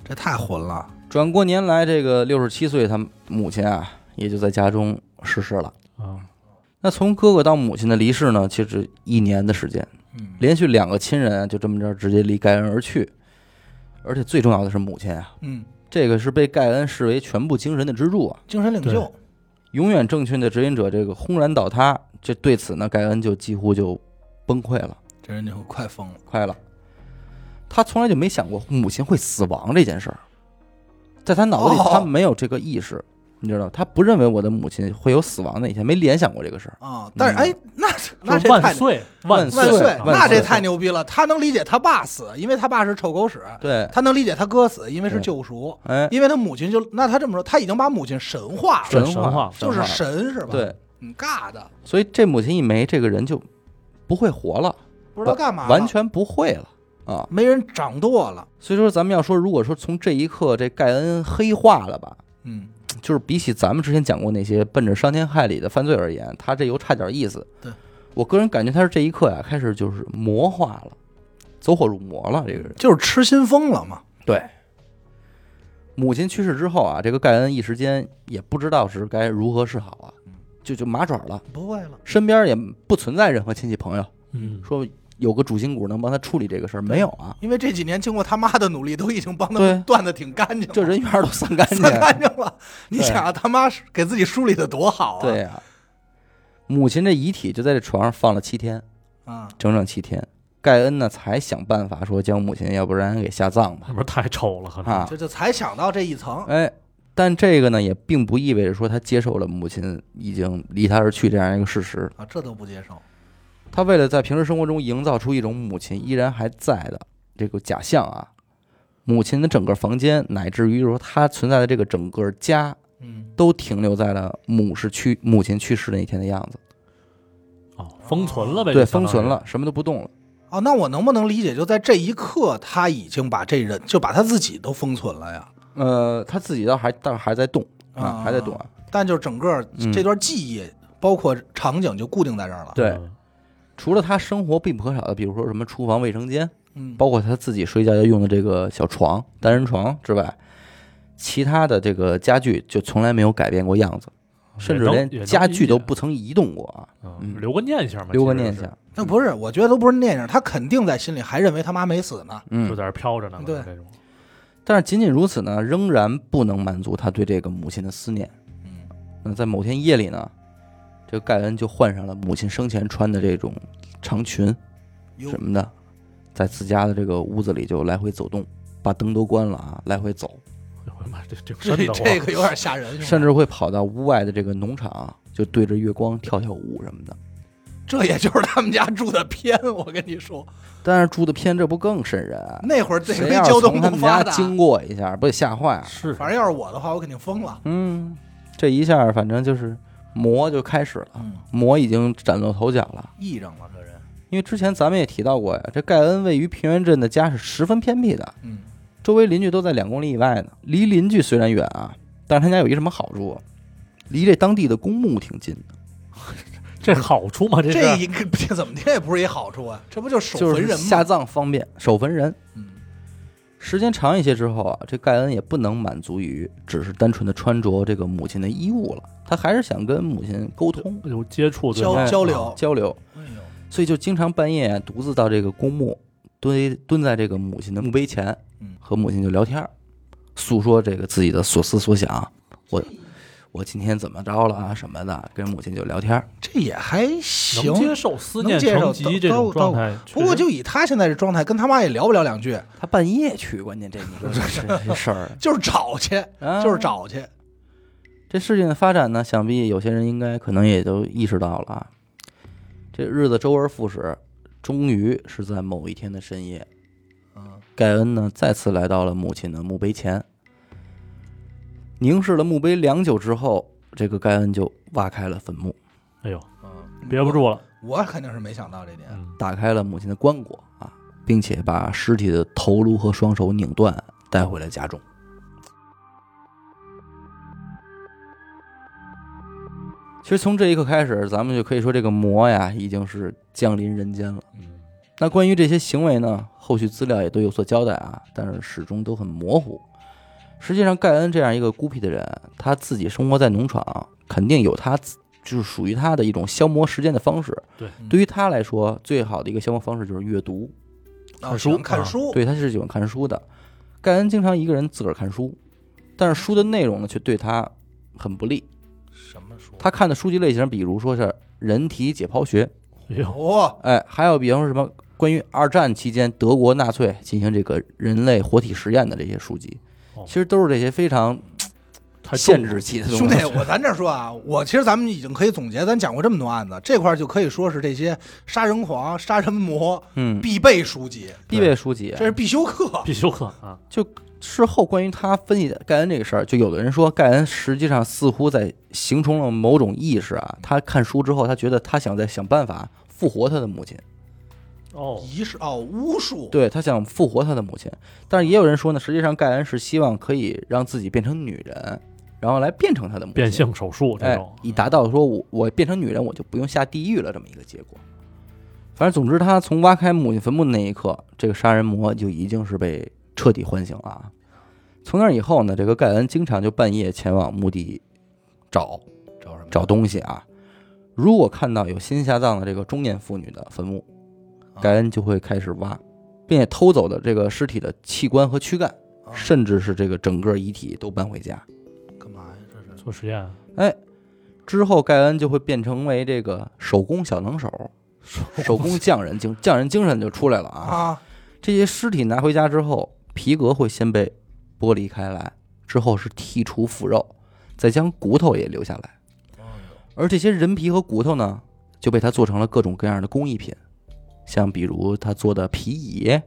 Speaker 2: 这太混了。
Speaker 1: 转过年来，这个六十七岁，他母亲啊，也就在家中逝世了。
Speaker 3: 啊，
Speaker 1: 那从哥哥到母亲的离世呢，其实一年的时间，
Speaker 2: 嗯，
Speaker 1: 连续两个亲人啊就这么着直接离盖恩而去，而且最重要的是母亲啊，
Speaker 2: 嗯，
Speaker 1: 这个是被盖恩视为全部精神的支柱啊，
Speaker 2: 精神领袖，
Speaker 1: 永远正确的指引者这个轰然倒塌，这对此呢，盖恩就几乎就崩溃了，
Speaker 2: 这人就快疯了。
Speaker 1: 快了。他从来就没想过母亲会死亡这件事儿，在他脑子里
Speaker 2: 哦
Speaker 1: 他没有这个意识，你知道，他不认为我的母亲会有死亡那一天，没联想过这个事儿。
Speaker 2: 啊！但是哎，那那
Speaker 3: 就是
Speaker 2: 这
Speaker 3: 万
Speaker 2: 太
Speaker 3: 岁
Speaker 1: 万
Speaker 3: 岁啊
Speaker 2: 万岁
Speaker 1: 万，岁
Speaker 2: 那这太牛逼了。他能理解他爸死，因为他爸是臭狗屎；
Speaker 1: 对，
Speaker 2: 他能理解他哥死，因为是救赎；
Speaker 1: 哎，
Speaker 2: 因为他母亲就那他这么说，他已经把母亲神化了，
Speaker 3: 神
Speaker 1: 神
Speaker 3: 话
Speaker 1: 神
Speaker 2: 就是
Speaker 1: 话
Speaker 2: 神是吧？
Speaker 1: 对，，
Speaker 2: 嗯，尬的，
Speaker 1: 所以这母亲一没，这个人就不会活了，
Speaker 2: 不知道干嘛了，
Speaker 1: 完全不会了啊。
Speaker 2: 没人掌舵了。
Speaker 1: 所以说，咱们要说，如果说从这一刻这盖恩黑化了吧，
Speaker 2: 嗯，
Speaker 1: 就是比起咱们之前讲过那些奔着伤天害理的犯罪而言，他这又差点意思。
Speaker 2: 对
Speaker 1: 我个人感觉，他是这一刻呀、开始就是魔化了，走火入魔了。这个人
Speaker 2: 就是痴心疯了嘛。
Speaker 1: 对。母亲去世之后啊，这个盖恩一时间也不知道是该如何是好啊，就就麻爪了，
Speaker 2: 不会了，
Speaker 1: 身边也不存在任何亲戚朋友
Speaker 3: 嗯，
Speaker 1: 说有个主心骨能帮他处理这个事儿，没有啊，
Speaker 2: 因为这几年经过他妈的努力，都已经帮他
Speaker 1: 对
Speaker 2: 们断的挺干净了，
Speaker 1: 这人缘儿都散 干净
Speaker 2: 算
Speaker 1: 了。
Speaker 2: 干净了。你
Speaker 1: 对
Speaker 2: 想啊，他妈给自己梳理的多好啊！
Speaker 1: 对呀、母亲这遗体就在这床上放了七天，
Speaker 2: 啊，
Speaker 1: 整整七天。盖恩呢才想办法说将母亲，要不然给下葬吧
Speaker 3: 是不是太丑了？可能
Speaker 1: 啊
Speaker 2: 这，就才想到这一层，
Speaker 1: 哎，但这个呢也并不意味着说他接受了母亲已经离他而去这样一个事实。
Speaker 2: 啊，这都不接受。
Speaker 1: 他为了在平时生活中营造出一种母亲依然还在的这个假象啊，母亲的整个房间乃至于说她存在的这个整个家，
Speaker 2: 嗯，
Speaker 1: 都停留在了母是去母亲去世那一天的样子，
Speaker 3: 哦，封存了呗，
Speaker 1: 对，
Speaker 3: 就相
Speaker 1: 封
Speaker 3: 当于
Speaker 1: 存，了，什么都不动了。
Speaker 2: 哦，那我能不能理解，就在这一刻，他已经把这人就把他自己都封存了呀？
Speaker 1: 呃，他自己倒还倒还在动，啊，还在短。
Speaker 2: 但就是整个
Speaker 1: 嗯
Speaker 2: 这段记忆，包括场景就固定在这儿了。
Speaker 1: 对，
Speaker 3: 嗯
Speaker 1: 除了他生活必不可少的，比如说什么厨房、卫生间，
Speaker 2: 嗯，
Speaker 1: 包括他自己睡觉要用的这个小床、单人床之外，其他的这个家具就从来没有改变过样子，甚至
Speaker 3: 也能
Speaker 1: 连
Speaker 3: 也能
Speaker 1: 家具
Speaker 3: 理解
Speaker 1: 都不曾移动过啊，
Speaker 3: 嗯，留个念想嘛，
Speaker 1: 留个
Speaker 3: 其实
Speaker 1: 念
Speaker 3: 是，
Speaker 1: 想。
Speaker 2: 那不是，我觉得都不是念想，他肯定在心里还认为他妈没死呢。
Speaker 1: 嗯
Speaker 3: 就，在这飘着呢，
Speaker 2: 对
Speaker 3: 这种，
Speaker 1: 但是仅仅如此呢，仍然不能满足他对这个母亲的思念。
Speaker 2: 嗯
Speaker 1: 那在某天夜里呢，这个盖恩就换上了母亲生前穿的这种长裙
Speaker 2: 哟
Speaker 1: 什么的，在自家的这个屋子里就来回走动，把灯都关了啊，来回走，
Speaker 3: 我的妈，这这
Speaker 2: 这
Speaker 3: 真的
Speaker 2: 这个有点吓人，兄弟
Speaker 1: 甚至会跑到屋外的这个农场，啊就对着月光跳跳舞什么的。
Speaker 2: 这也就是他们家住的偏。 我跟你说，
Speaker 1: 但是住的偏，这不更瘆人 啊？
Speaker 2: 那会儿这
Speaker 1: 谁
Speaker 2: 没
Speaker 1: 要是
Speaker 2: 交通
Speaker 1: 从他
Speaker 2: 不
Speaker 1: 们
Speaker 2: 发
Speaker 1: 家
Speaker 2: 达，
Speaker 1: 经过一下，不得吓坏啊？
Speaker 3: 是
Speaker 2: 反正要是我的话，我肯定疯了。
Speaker 1: 嗯，这一下反正就是魔就开始了，
Speaker 2: 嗯，
Speaker 1: 魔已经崭露头角啊了。
Speaker 2: 癔症了，这人。
Speaker 1: 因为之前咱们也提到过呀，这盖恩位于平原镇的家是十分偏僻的，
Speaker 2: 嗯，
Speaker 1: 周围邻居都在两公里以外呢。离邻居虽然远啊，但是他家有一什么好处？啊离这当地的公墓挺近的，
Speaker 3: 这好处嘛，这
Speaker 2: 这
Speaker 3: 是
Speaker 2: 一个这怎么听也不是一好处啊，这不就守
Speaker 1: 就
Speaker 2: 坟
Speaker 1: 是
Speaker 2: 人
Speaker 1: 下
Speaker 2: 吗？
Speaker 1: 葬方便，守坟人。
Speaker 2: 嗯，
Speaker 1: 时间长一些之后啊，这盖恩也不能满足于只是单纯的穿着这个母亲的衣物了，他还是想跟母亲沟通
Speaker 3: 有接触对吧
Speaker 2: 交
Speaker 1: 哎
Speaker 2: 交流
Speaker 1: 交流，
Speaker 2: 哎呦，
Speaker 1: 所以就经常半夜啊独自到这个公墓蹲蹲在这个母亲的墓碑前
Speaker 2: 嗯，
Speaker 1: 和母亲就聊天儿，诉说这个自己的所思所想，我我今天怎么着了啊什么的，跟母亲就聊天儿。
Speaker 2: 这也还行
Speaker 3: 能。接受思
Speaker 2: 能
Speaker 3: 念
Speaker 2: 接受
Speaker 3: 成疾这种
Speaker 2: 都都
Speaker 3: 状态，
Speaker 2: 不过
Speaker 3: 确实
Speaker 2: 就以他现在这状态，跟他妈也聊不了两句，
Speaker 1: 他半夜去，关键这你说 这这事儿，
Speaker 2: 就是找去，
Speaker 1: 啊
Speaker 2: 就是找去。
Speaker 1: 这事情的发展呢，想必有些人应该可能也都意识到了啊。这日子周而复始，终于是在某一天的深夜，
Speaker 2: 嗯，
Speaker 1: 盖恩呢再次来到了母亲的墓碑前，凝视了墓碑良久之后，这个盖恩就挖开了坟墓，
Speaker 3: 哎呦，憋不住了，
Speaker 2: 嗯我肯定是没想到这点。
Speaker 3: 嗯，
Speaker 1: 打开了母亲的棺椁啊，并且把尸体的头颅和双手拧断，带回了家中。其实从这一刻开始，咱们就可以说这个魔呀已经是降临人间了。
Speaker 3: 嗯
Speaker 1: 那关于这些行为呢，后续资料也都有所交代啊，但是始终都很模糊。实际上，盖恩这样一个孤僻的人，他自己生活在农场，肯定有他自就是属于他的一种消磨时间的方式。
Speaker 3: 对
Speaker 2: 嗯
Speaker 1: 对于他来说，最好的一个消磨方式就是阅读。
Speaker 2: 啊，
Speaker 3: 看
Speaker 2: 喜欢
Speaker 3: 书
Speaker 2: 看
Speaker 3: 啊
Speaker 2: 书，
Speaker 1: 对，他是喜欢看书的。盖恩经常一个人自个儿看书，但是书的内容呢，却对他很不利。
Speaker 2: 什么书？啊
Speaker 1: 他看的书籍类型，比如说是人体解剖学，
Speaker 3: 哎呦，
Speaker 2: 哦，
Speaker 1: 哎，还有比方说什么关于二战期间德国纳粹进行这个人类活体实验的这些书籍
Speaker 3: 哦，
Speaker 1: 其实都是这些非常
Speaker 3: 太重
Speaker 1: 限
Speaker 3: 了
Speaker 1: 制级的
Speaker 2: 兄
Speaker 1: 东
Speaker 2: 弟
Speaker 1: 西。，
Speaker 2: 我咱这说啊，我其实咱们已经可以总结，咱讲过这么多案子，这块儿就可以说是这些杀人狂、杀人魔
Speaker 1: 嗯，
Speaker 2: 必备书籍，
Speaker 1: 必备书籍啊
Speaker 2: 这。是必修课。
Speaker 3: 必修课啊，
Speaker 1: 事后关于他分析的盖恩这个事儿，就有的人说盖恩实际上似乎在形成了某种意识啊。他看书之后，他觉得他想在想办法复活他的母亲，
Speaker 3: 哦，
Speaker 2: 仪式哦，巫术，
Speaker 1: 对他想复活他的母亲。但是也有人说呢，实际上盖恩是希望可以让自己变成女人，然后来变成他的母亲。
Speaker 3: 变性手术这
Speaker 1: 哎
Speaker 3: 种，，
Speaker 1: 以达到说我我变成女人我就不用下地狱了这么一个结果。反正总之，他从挖开母亲坟墓的那一刻，这个杀人魔就已经是被彻底唤醒了啊。从那以后呢，这个盖恩经常就半夜前往墓地找
Speaker 2: 找什么？
Speaker 1: 找东西啊。如果看到有新下葬的这个中年妇女的坟墓，盖恩就会开始挖，并且偷走的这个尸体的器官和躯干，
Speaker 2: 啊
Speaker 1: 甚至是这个整个遗体都搬回家。
Speaker 2: 干嘛呀？这是
Speaker 3: 做实验，
Speaker 1: 哎，之后盖恩就会变成为这个手工小能手，手工匠人精匠人精神就出来了啊！
Speaker 2: 啊，
Speaker 1: 这些尸体拿回家之后，皮革会先被剥离开来，之后是剔除腐肉，再将骨头也留下来。
Speaker 2: 嗯啊
Speaker 1: 而这些人皮和骨头呢，就被他做成了各种各样的工艺品，像比如他做的皮椅、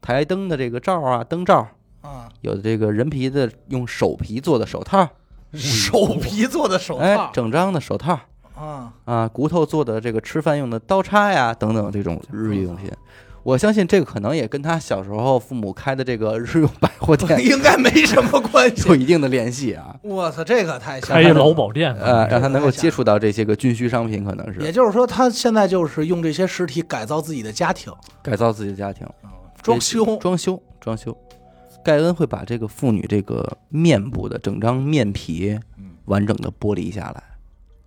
Speaker 1: 台灯的这个罩啊、灯罩，
Speaker 3: 哎
Speaker 2: 啊，
Speaker 1: 有的这个人皮的用手皮做的手套，
Speaker 2: 手皮做的手
Speaker 1: 哎
Speaker 2: 套，
Speaker 1: 整张的手套。
Speaker 2: 啊，
Speaker 1: 啊，骨头做的这个吃饭用的刀叉呀，等等这种日用品。我相信这个可能也跟他小时候父母开的这个日用百货 店
Speaker 2: 应该没什么关系
Speaker 1: 有。一定的联系啊，
Speaker 2: 我操，这个太吓
Speaker 3: 开一
Speaker 2: 人了
Speaker 3: 劳保店，
Speaker 1: 呃，让他能够
Speaker 2: 这个太吓人
Speaker 1: 接触到这些个军需商品，可能
Speaker 2: 嗯也
Speaker 1: 是
Speaker 2: 就是说，他现在就是用这些实体改造自己的家庭，
Speaker 1: 改造自己的家庭，
Speaker 2: 哦装修。
Speaker 1: 装修，装修。盖恩会把这个妇女这个面部的整张面皮
Speaker 2: 嗯
Speaker 1: 完整的剥离下来，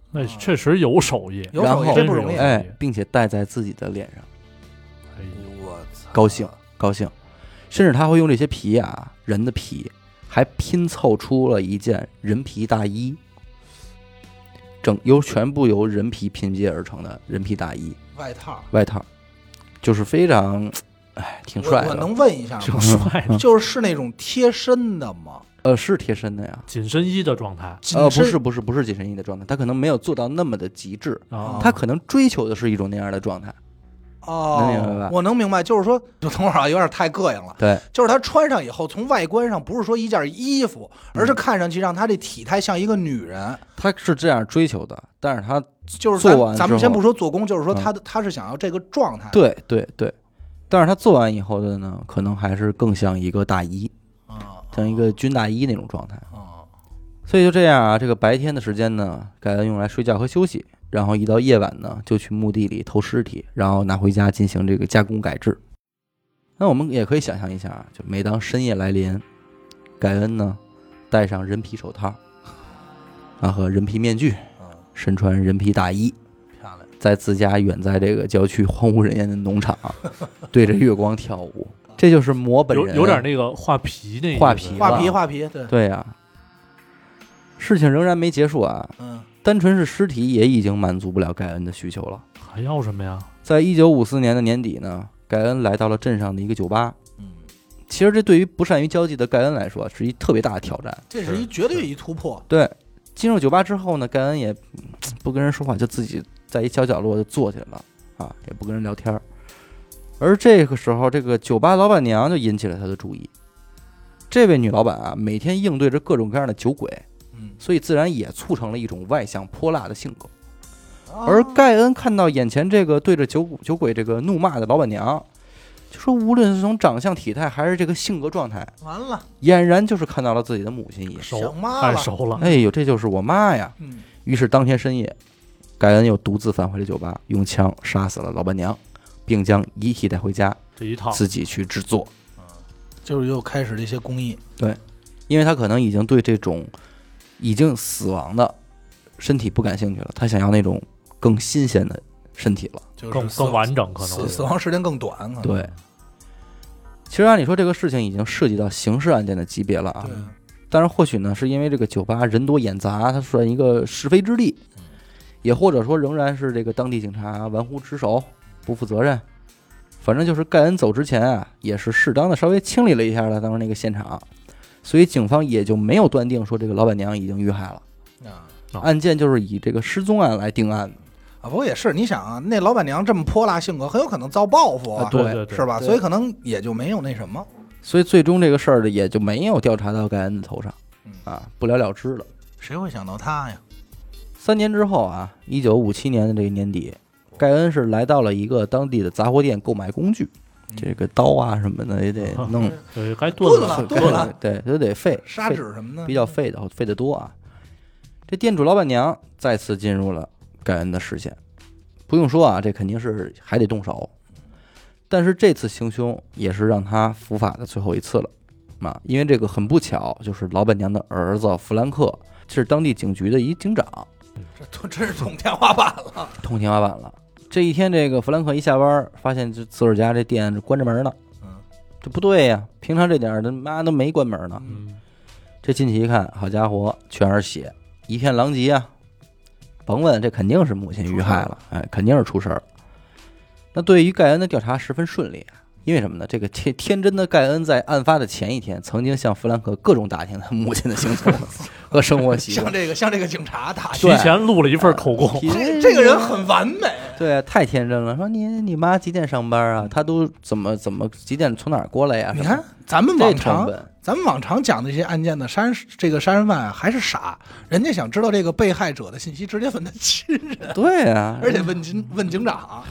Speaker 3: 那确实有手艺，
Speaker 2: 有
Speaker 1: 然
Speaker 2: 手艺
Speaker 1: 后
Speaker 2: 真不容易。
Speaker 3: 哎
Speaker 1: 哎，并且戴在自己的脸上，
Speaker 3: 哎呦
Speaker 2: 我操，
Speaker 1: 高兴高兴。甚至他会用这些皮啊，人的皮，还拼凑出了一件人皮大衣，整由全部由人皮拼接而成的人皮大衣
Speaker 2: 外套，
Speaker 1: 外套，就是非常，哎，挺帅
Speaker 2: 我我
Speaker 1: 的。
Speaker 2: 能问一下
Speaker 3: 挺
Speaker 2: 吗？
Speaker 3: 帅的，
Speaker 2: 就是是那种贴身的吗？
Speaker 1: 呃，是贴身的呀。
Speaker 3: 紧身衣的状态
Speaker 2: 紧
Speaker 1: 呃，不
Speaker 2: 身
Speaker 1: 是，不是不是紧身衣的状态，他可能没有做到那么的极致，
Speaker 3: 啊，
Speaker 1: 他可能追求的是一种那样的状态。能明白
Speaker 2: 哦
Speaker 1: 吧，
Speaker 2: 我能明白，就是说， 就等会儿啊，有点太膈应了。
Speaker 1: 对，
Speaker 2: 就是他穿上以后，从外观上不是说一件衣服，
Speaker 1: 嗯
Speaker 2: 而是看上去让他这体态像一个女人。
Speaker 1: 他是这样追求的，但是他
Speaker 2: 就是
Speaker 1: 做
Speaker 2: 咱
Speaker 1: 完
Speaker 2: 咱们
Speaker 1: 之后嗯
Speaker 2: 先不说做工，就是说他的他是想要这个状态。
Speaker 1: 对对对，但是他做完以后的呢，可能还是更像一个大衣，
Speaker 2: 啊，
Speaker 1: 像一个军大衣那种状态。
Speaker 3: 哦
Speaker 2: 啊，
Speaker 1: 所以就这样啊，这个白天的时间呢，盖恩用来睡觉和休息，然后一到夜晚呢，就去墓地里偷尸体，然后拿回家进行这个加工改制。那我们也可以想象一下啊，就每当深夜来临，盖恩呢戴上人皮手套，啊和人皮面具，
Speaker 3: 哦
Speaker 2: 嗯，
Speaker 1: 身穿人皮大衣，
Speaker 2: 漂亮，
Speaker 1: 在自家远在这个郊区荒无人烟的农场，啊对着月光跳舞，这就是魔本
Speaker 3: 有
Speaker 1: 人。
Speaker 3: 有点那个画皮那意思
Speaker 1: 画皮
Speaker 2: 画皮
Speaker 1: 吧
Speaker 2: 画皮， 对，
Speaker 1: 对呀、事情仍然没结束啊，
Speaker 2: 嗯，
Speaker 1: 单纯是尸体也已经满足不了盖恩的需求了。
Speaker 3: 还要什么呀？
Speaker 1: 在一九五四年的年底呢，盖恩来到了镇上的一个酒吧。
Speaker 2: 嗯，
Speaker 1: 其实这对于不善于交际的盖恩来说是一特别大的挑战。
Speaker 2: 这是一
Speaker 3: 是
Speaker 2: 绝对一突破。
Speaker 1: 对，进入酒吧之后呢，盖恩也嗯不跟人说话，就自己在一小角落就坐起来了啊，也不跟人聊天儿。而这个时候，这个酒吧老板娘就引起了他的注意。这位女老板啊，每天应对着各种各样的酒鬼，
Speaker 2: 嗯，
Speaker 1: 所以自然也促成了一种外向泼辣的性格。
Speaker 2: 啊哦
Speaker 1: 而盖恩看到眼前这个对着酒酒鬼这个怒骂的老板娘，就说无论是从长相、体态，还是这个性格状态，
Speaker 2: 完了，
Speaker 1: 俨然就是看到了自己的母亲一样。
Speaker 3: 熟
Speaker 2: 想妈
Speaker 3: 太
Speaker 2: 了
Speaker 3: 熟了，
Speaker 1: 哎呦，这就是我妈呀！
Speaker 2: 嗯，
Speaker 1: 于是当天深夜，盖恩又独自返回了酒吧，用枪杀死了老板娘，并将遗体带回家，
Speaker 3: 这一套
Speaker 1: 自己去制作。
Speaker 2: 就是又开始这些工艺。
Speaker 1: 因为他可能已经对这种已经死亡的身体不感兴趣了，他想要那种更新鲜的身体了。
Speaker 2: 就是
Speaker 3: 更
Speaker 2: 死
Speaker 3: 更完整，可
Speaker 2: 死
Speaker 3: 能
Speaker 2: 死亡时间更短，可能
Speaker 1: 对，其实按理说这个事情已经涉及到刑事案件的级别了啊
Speaker 2: 对，，
Speaker 1: 但是或许呢，是因为这个酒吧人多眼杂，它算一个是非之地，
Speaker 2: 嗯
Speaker 1: 也或者说仍然是这个当地警察玩忽职守、不负责任。反正就是盖恩走之前啊，也是适当的稍微清理了一下他当时那个现场，所以警方也就没有断定说这个老板娘已经遇害了。
Speaker 2: 啊
Speaker 3: 哦
Speaker 1: 案件就是以这个失踪案来定案的。
Speaker 2: 啊，不过也是，你想啊，那老板娘这么泼辣性格，很有可能遭报复
Speaker 1: 啊
Speaker 2: 啊，
Speaker 1: 对
Speaker 3: 对对，
Speaker 2: 是吧？
Speaker 1: 对
Speaker 2: 所以可能也就没有那什么。
Speaker 1: 所以最终这个事儿的也就没有调查到盖恩的头上
Speaker 2: 嗯，
Speaker 1: 啊，不了了之了。
Speaker 2: 谁会想到他呀？
Speaker 1: 三年之后啊，一九五七年的这个年底，盖恩是来到了一个当地的杂货店购买工具，这个刀啊什么的也得弄，
Speaker 3: 对，该
Speaker 2: 炖
Speaker 3: 炖
Speaker 2: 了
Speaker 1: 对
Speaker 2: 炖嗯了，
Speaker 1: 对，都得费
Speaker 2: 砂
Speaker 1: 费
Speaker 2: 纸什么的，
Speaker 1: 比较费的，费得多啊。这店主老板娘再次进入了盖恩的视线，不用说啊，这肯定是还得动手。但是这次行凶也是让他伏法的最后一次了，啊，因为这个很不巧，就是老板娘的儿子弗兰克是当地警局的一警长，
Speaker 2: 这都真是捅天花板了。
Speaker 1: 通天花板了。这一天，这个弗兰克一下班儿，发现这自个儿家这店关着门呢，
Speaker 2: 嗯
Speaker 1: 这不对呀，平常这点儿他妈都没关门呢。
Speaker 3: 嗯，
Speaker 1: 这进去一看，好家伙，全是血，一片狼藉啊！甭问，这肯定是母亲遇害了，哎，肯定是出事儿了。那对于盖恩的调查十分顺利，啊因为什么呢？这个天天真的盖恩在案发的前一天，曾经向弗兰克各种打听他母亲的行 踪和生活习
Speaker 2: 像
Speaker 1: 惯。
Speaker 2: 这个像这个警察打
Speaker 3: 提
Speaker 1: 对
Speaker 3: 前录了一份口供，
Speaker 2: 这这个人很完美，
Speaker 1: 对啊，太天真了。说你你妈几点上班啊？她都怎么怎么几点从哪儿过来呀、
Speaker 2: 嗯你
Speaker 1: 什么
Speaker 2: 看咱们
Speaker 1: 哎这
Speaker 2: 往
Speaker 1: 成
Speaker 2: 常
Speaker 1: 本，
Speaker 2: 咱们往常讲的这些案件的杀人这个杀人犯啊还是傻，人家想知道这个被害者的信息，直接问他亲人，
Speaker 1: 对啊，
Speaker 2: 而且问警问警长，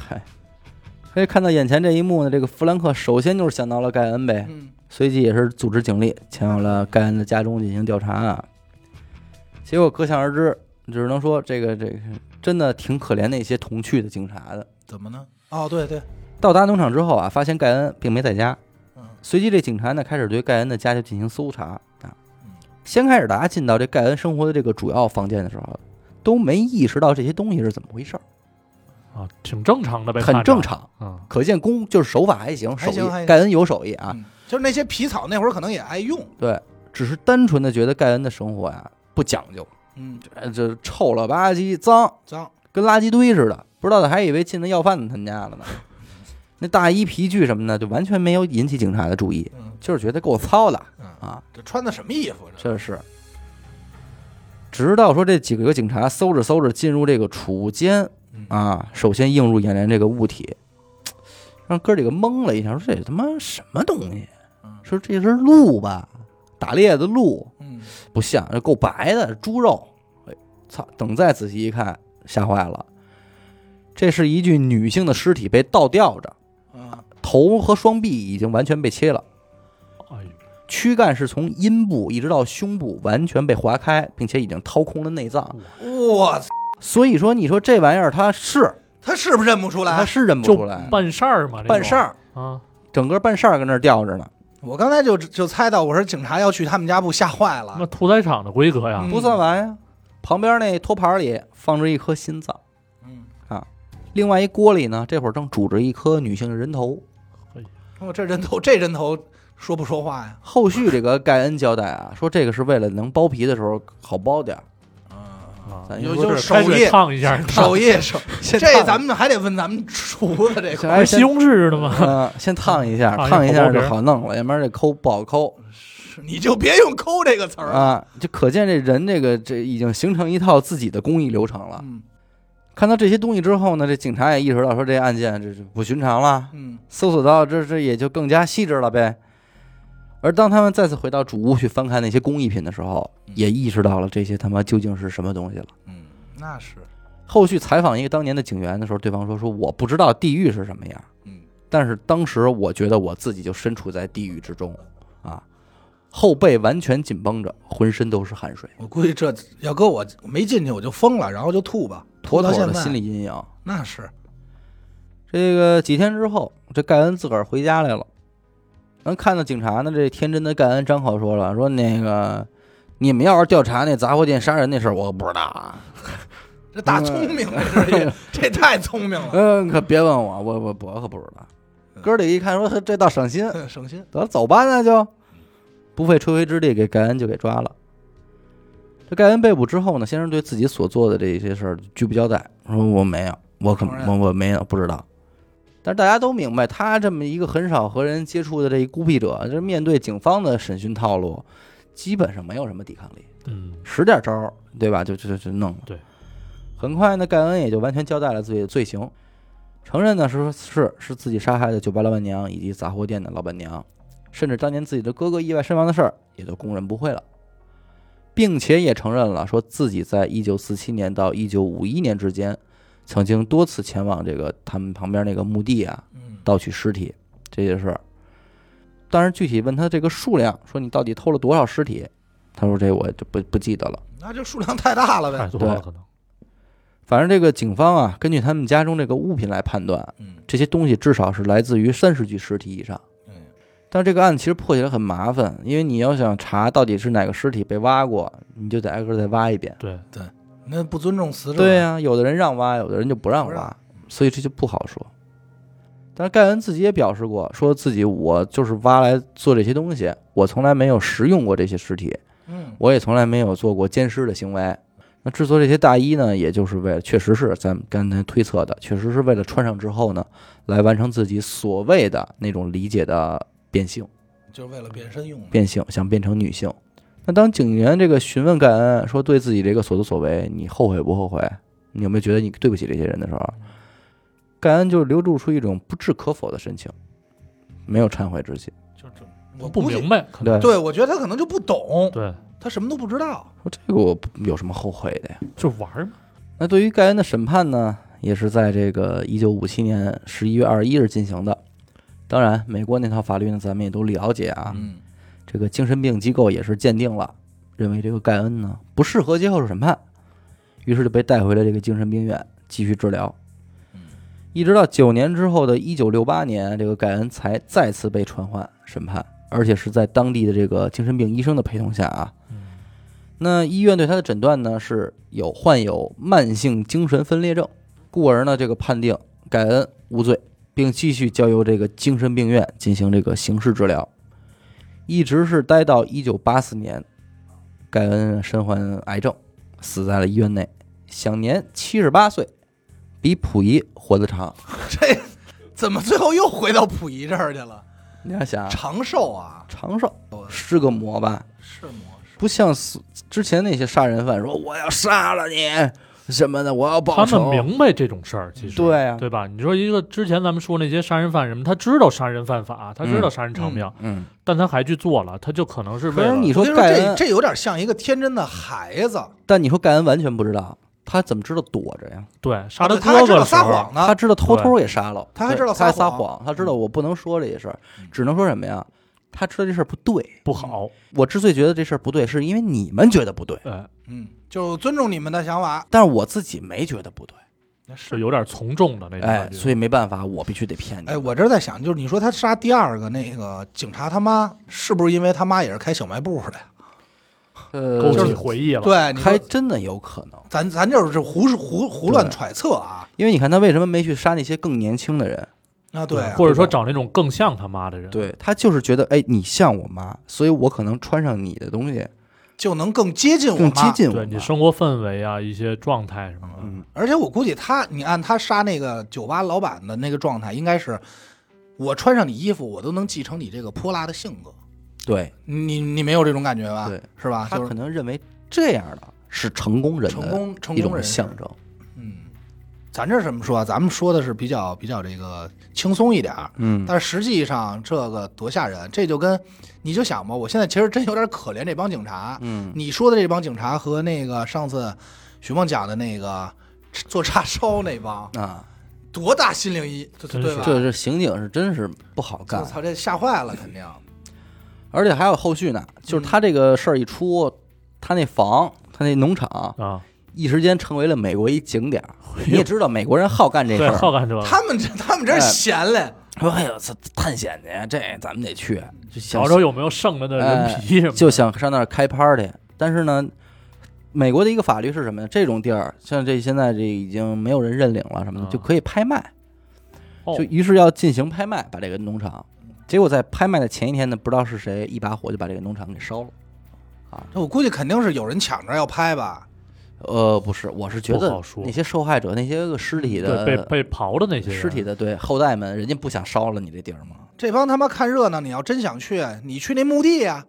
Speaker 1: 所以看到眼前这一幕呢，这个弗兰克首先就是想到了盖恩呗，
Speaker 2: 嗯
Speaker 1: 随即也是组织警力前往了盖恩的家中进行调查啊。结果可想而知，只能说这个这个真的挺可怜那些同去的警察的。
Speaker 2: 怎么呢？哦，对对，
Speaker 1: 到达农场之后啊，发现盖恩并没在家，
Speaker 2: 嗯
Speaker 1: 随即这警察呢开始对盖恩的家就进行搜查啊
Speaker 2: 嗯。
Speaker 1: 先开始大家进到这盖恩生活的这个主要房间的时候，都没意识到这些东西是怎么回事儿，
Speaker 3: 啊，挺正常的呗，
Speaker 1: 很正
Speaker 3: 看
Speaker 1: 常。
Speaker 3: 着啊。
Speaker 1: 可见功就是手法还行，手
Speaker 2: 还行还
Speaker 1: 艺
Speaker 2: 行
Speaker 1: 盖恩有手艺啊，
Speaker 2: 嗯就是那些皮草那会儿可能也爱用，
Speaker 1: 对，只是单纯的觉得盖恩的生活呀、不讲究，
Speaker 2: 嗯，
Speaker 1: 哎这臭了吧唧，脏，
Speaker 2: 脏，
Speaker 1: 跟垃圾堆似的，不知道的还以为进了要饭的他们家了呢。 那大衣皮具什么的，就完全没有引起警察的注意，
Speaker 2: 嗯
Speaker 1: 就是觉得够糙的
Speaker 2: 嗯，
Speaker 1: 啊，
Speaker 2: 这穿的什么衣服？这
Speaker 1: 这是。直到说这几个警察搜着搜着进入这个储物间
Speaker 2: 嗯
Speaker 1: 啊，首先映入眼帘这个物体，让哥几个懵了一下，说这他妈什么东西？
Speaker 2: 嗯
Speaker 1: 说这是鹿吧，打猎的鹿，
Speaker 2: 嗯，
Speaker 1: 不像，这够白的猪肉。哎，操！等再仔细一看，吓坏了。这是一具女性的尸体被倒吊着，
Speaker 2: 嗯
Speaker 1: 头和双臂已经完全被切了，
Speaker 3: 哎呦，
Speaker 1: 躯干是从阴部一直到胸部完全被划开，并且已经掏空了内脏。
Speaker 2: 我操，
Speaker 1: 所以说，你说这玩意儿它是
Speaker 2: 他是不是认不出
Speaker 1: 它
Speaker 2: 来？
Speaker 1: 是认不
Speaker 3: 就
Speaker 1: 出来，
Speaker 3: 办事儿嘛，这种
Speaker 1: 半扇儿，
Speaker 3: 啊，
Speaker 1: 整个半扇儿跟那儿吊着呢。
Speaker 2: 我刚才就就猜到，我说警察要去他们家，不吓坏
Speaker 3: 那
Speaker 2: 了？
Speaker 3: 屠宰场的规格呀
Speaker 2: 嗯，
Speaker 1: 不算完呀，旁边那托盘里放着一颗心脏，
Speaker 2: 嗯，
Speaker 1: 另外一锅里呢，这会儿正煮着一颗女性的人头。
Speaker 2: 我哦这人头，这人头说不说话呀？
Speaker 1: 后续这个盖恩交代啊，说这个是为了能剥皮的时候好剥点儿。
Speaker 2: 嗯，
Speaker 3: 啊，
Speaker 1: 咱
Speaker 2: 有
Speaker 1: 说
Speaker 2: 就
Speaker 1: 这
Speaker 2: 是
Speaker 3: 开
Speaker 2: 手艺
Speaker 3: 水，烫一下，烫
Speaker 2: 手 艺 手，这咱们还得问咱们厨子这块儿。
Speaker 1: 哎
Speaker 3: 跟西红柿似的嘛。
Speaker 1: 嗯，先烫一下，
Speaker 3: 烫
Speaker 1: 烫一
Speaker 3: 一下好
Speaker 1: 下
Speaker 3: 剥
Speaker 1: 就
Speaker 3: 皮儿
Speaker 1: 好弄了，要不然这抠不好抠
Speaker 2: 你就别用“抠”这个词儿了。
Speaker 1: 啊。就可见这人这个这已经形成一套自己的工艺流程了。
Speaker 2: 嗯
Speaker 1: 看到这些东西之后呢，这警察也意识到说这案件这是不寻常了，
Speaker 2: 嗯
Speaker 1: 搜索到这这也就更加细致了呗。而当他们再次回到主屋去翻看那些工艺品的时候，
Speaker 2: 嗯
Speaker 1: 也意识到了这些他妈究竟是什么东西了。
Speaker 2: 嗯，那是
Speaker 1: 后续采访一个当年的警员的时候，对方说：“说我不知道地狱是什么样，
Speaker 2: 嗯
Speaker 1: 但是当时我觉得我自己就身处在地狱之中，啊，后背完全紧绷着，浑身都是汗水，
Speaker 2: 我估计这要搁我没进去我就疯了，然后就吐吧，
Speaker 1: 妥
Speaker 2: 吐
Speaker 1: 妥
Speaker 2: 到现
Speaker 1: 的
Speaker 2: 在
Speaker 1: 心理阴影。
Speaker 2: 那是
Speaker 1: 这个几天之后，这盖恩自个儿回家来了，能看到警察呢。这天真的盖恩张口说了：“说那个，你们要是调查那杂货店杀人那事儿，我可不知道啊。”
Speaker 2: 这大聪明了，这 也这太聪明了，
Speaker 1: 嗯，可别问我，我我我可不知道。哥儿几个一看说：“呵这倒省心，
Speaker 2: 省心。
Speaker 1: 得走吧，那就不费吹灰之力给盖恩就给抓了。这盖恩被捕之后呢，先生对自己所做的这些事儿拒不交代，说我没有，我可
Speaker 2: 承认
Speaker 1: 我我没有不知道。但是大家都明白，他这么一个很少和人接触的这一孤僻者，这面对警方的审讯套路，基本上没有什么抵抗力，
Speaker 3: 嗯，
Speaker 1: 使点招儿，对吧？就就就就弄了。
Speaker 3: 对，
Speaker 1: 很快呢，盖恩也就完全交代了自己的罪行，承认呢是是是自己杀害的酒吧老板娘以及杂货店的老板娘，甚至当年自己的哥哥意外身亡的事儿也就供认不讳了，并且也承认了说自己在一九四七年到一九五一年之间，曾经多次前往这个他们旁边那个墓地啊
Speaker 2: 嗯
Speaker 1: 盗取尸体这些事儿。但是具体问他这个数量，说你到底偷了多少尸体，他说这我就不不记得了。
Speaker 2: 那这数量太大了
Speaker 3: 太
Speaker 2: 呗。
Speaker 3: 多了可能。
Speaker 1: 反正这个警方啊，根据他们家中这个物品来判断，
Speaker 2: 嗯
Speaker 1: 这些东西至少是来自于三十具尸体以上。
Speaker 2: 嗯
Speaker 1: 但这个案其实破起来很麻烦，因为你要想查到底是哪个尸体被挖过，你就得挨个再挖一遍。
Speaker 3: 对，
Speaker 2: 那不尊重死者。
Speaker 1: 对呀、有的人让挖，有的人就不让
Speaker 2: 不
Speaker 1: 挖
Speaker 2: 让，
Speaker 1: 所以这就不好说。但是盖恩自己也表示过，说自己我就是挖来做这些东西，我从来没有食用过这些尸体，
Speaker 2: 嗯
Speaker 1: 我也从来没有做过奸尸的行为。那制作这些大衣呢，也就是为了，确实是咱们刚才推测的，确实是为了穿上之后呢，来完成自己所谓的那种理解的变性，
Speaker 2: 就是为了变身用的。
Speaker 1: 变性想变成女性。那当警员这个询问盖恩说对自己这个所作所为，你后悔不后悔？你有没有觉得你对不起这些人的时候，盖恩就流露出一种不置可否的神情，没有忏悔之心。
Speaker 3: 就是
Speaker 2: 我
Speaker 3: 不
Speaker 2: 估计
Speaker 3: 明白，可能
Speaker 1: 对，
Speaker 2: 对，我觉得他可能就不懂，
Speaker 3: 对，
Speaker 2: 他什么都不知道。
Speaker 1: 说这个我不有什么后悔的呀？
Speaker 3: 就玩儿嘛。
Speaker 1: 那对于盖恩的审判呢，也是在这个一九五七年十一月二十一日进行的。当然，美国那套法律呢，咱们也都了解啊。
Speaker 2: 嗯
Speaker 1: 这个精神病机构也是鉴定了，认为这个盖恩呢不适合接受审判，于是就被带回了这个精神病院继续治疗
Speaker 2: 嗯。
Speaker 1: 一直到九年之后的1968年，这个盖恩才再次被传唤审判，而且是在当地的这个精神病医生的陪同下啊。
Speaker 3: 嗯
Speaker 1: 那医院对他的诊断呢是有患有慢性精神分裂症，故而呢这个判定盖恩无罪，并继续交由这个精神病院进行这个刑事治疗，一直是待到一九八四年，盖恩身患癌症，死在了医院内，享年七十八岁，比溥仪活得长。
Speaker 2: 这怎么最后又回到溥仪这儿去了？
Speaker 1: 你要想
Speaker 2: 长寿啊，
Speaker 1: 长寿
Speaker 2: 我
Speaker 1: 是个魔吧？
Speaker 2: 是模式，
Speaker 1: 不像死之前那些杀人犯说我要杀了你什么的，我要报
Speaker 3: 他
Speaker 1: 仇。
Speaker 3: 们明白这种事儿，其实
Speaker 1: 对啊
Speaker 3: 对吧？你说一个之前咱们说那些杀人犯什么，他知道杀人犯法，他知道
Speaker 1: 嗯
Speaker 3: 杀人偿命，
Speaker 1: 嗯，
Speaker 3: 但他还去做了，他就可能是为
Speaker 1: 可是
Speaker 3: 了
Speaker 1: 你
Speaker 2: 我
Speaker 1: 说
Speaker 2: 跟你说
Speaker 1: 盖
Speaker 2: 这
Speaker 1: 恩，
Speaker 2: 这有点像一个天真的孩子，
Speaker 1: 但你说盖恩完全不知道，他怎么知道躲着呀？
Speaker 3: 对杀他
Speaker 2: 啊哦他还
Speaker 3: 哥
Speaker 2: 知
Speaker 3: 哥
Speaker 2: 道
Speaker 3: 的时
Speaker 2: 撒
Speaker 3: 候，
Speaker 2: 谎
Speaker 1: 他
Speaker 2: 呢，
Speaker 1: 知道偷偷也杀了，
Speaker 2: 啊他还知道
Speaker 1: 对他还
Speaker 2: 撒
Speaker 1: 撒
Speaker 2: 谎
Speaker 1: 谎，他知道我不能说这些事儿
Speaker 2: 嗯，
Speaker 1: 只能说什么呀？他知道这事儿不对。
Speaker 3: 不好，
Speaker 1: 我之所以觉得这事儿不对，是因为你们觉得不对，
Speaker 3: 哎，
Speaker 2: 嗯，就尊重你们的想法，
Speaker 1: 但是我自己没觉得不对，
Speaker 3: 是有点从众的那种
Speaker 1: 哎
Speaker 3: 感，觉。
Speaker 1: 所以没办法，我必须得骗你。
Speaker 2: 哎，我这在想，就是你说他杀第二个那个警察他妈，是不是因为他妈也是开小卖部的呀？
Speaker 1: 呃
Speaker 3: 勾
Speaker 2: 就
Speaker 3: 起
Speaker 2: 是
Speaker 3: 回忆了，
Speaker 2: 对，你说
Speaker 1: 还真的有可能，
Speaker 2: 咱咱就是胡胡胡乱
Speaker 1: 对
Speaker 2: 揣测啊，
Speaker 1: 因为你看他为什么没去杀那些更年轻的人？
Speaker 2: 啊对啊，
Speaker 3: 或者说
Speaker 1: 对吧
Speaker 3: 找那种更像他妈的人，
Speaker 1: 对他就是觉得，哎，你像我妈，所以我可能穿上你的东西，
Speaker 2: 就能更接近我
Speaker 1: 更接
Speaker 2: 妈。
Speaker 1: 近我
Speaker 3: 对你
Speaker 1: 妈。
Speaker 3: 生活氛围啊，一些状态什么的，
Speaker 1: 嗯，
Speaker 2: 而且我估计他，你按他杀那个酒吧老板的那个状态，应该是我穿上你衣服，我都能继承你这个泼辣的性格。
Speaker 1: 对，
Speaker 2: 你你没有这种感觉吧？
Speaker 1: 对，
Speaker 2: 是吧？
Speaker 1: 他
Speaker 2: 啊就
Speaker 1: 可
Speaker 2: 是
Speaker 1: 能认为这样的是成功人的
Speaker 2: 成功成
Speaker 1: 一
Speaker 2: 功
Speaker 1: 种
Speaker 2: 人士
Speaker 1: 象征。
Speaker 2: 嗯，咱这怎么说啊？咱们说的是比较比较这个轻松一点儿，
Speaker 1: 嗯，
Speaker 2: 但是实际上这个多吓人！这就跟你就想吧，我现在其实真有点可怜这帮警察。
Speaker 1: 嗯，
Speaker 2: 你说的这帮警察和那个上次徐梦讲的那个做叉烧那帮，
Speaker 1: 啊，
Speaker 2: 多大心灵一对
Speaker 3: 真
Speaker 2: 对
Speaker 3: 是
Speaker 2: 吧？
Speaker 1: 这这刑警是真是不好
Speaker 2: 我
Speaker 1: 干，
Speaker 2: 操，这吓坏了，肯定。
Speaker 1: 而且还有后续呢，
Speaker 2: 嗯
Speaker 1: 就是他这个事儿一出，他那房，他那农场，
Speaker 3: 啊，
Speaker 1: 一时间成为了美国一景点儿。
Speaker 2: 哎
Speaker 1: 你也知道美国人好干这事
Speaker 3: 对，好
Speaker 1: 儿，
Speaker 3: 干这个。
Speaker 2: 他们这他们真是闲嘞，
Speaker 1: 说哎呦，这探险去，这咱们得去，就想
Speaker 3: 找找有没有剩了的人皮什么的，
Speaker 1: 哎就想上那儿开 party，但是呢。美国的一个法律是什么呀？这种地儿，像这现在这已经没有人认领了什么的，
Speaker 3: 啊
Speaker 1: 就可以拍卖。
Speaker 3: 哦
Speaker 1: 就于是要进行拍卖，把这个农场。结果在拍卖的前一天呢，不知道是谁一把火就把这个农场给烧了。
Speaker 2: 我估计肯定是有人抢着要拍吧。
Speaker 1: 呃，不是，我是觉
Speaker 3: 不
Speaker 1: 得
Speaker 3: 好说
Speaker 1: 那些受害者、那些个尸体
Speaker 3: 对被
Speaker 1: 的
Speaker 3: 被刨的那些人
Speaker 1: 呃尸体的对后代们，人家不想烧了你这地儿吗？
Speaker 2: 这帮他妈看热闹，你要真想去，你去那墓地呀、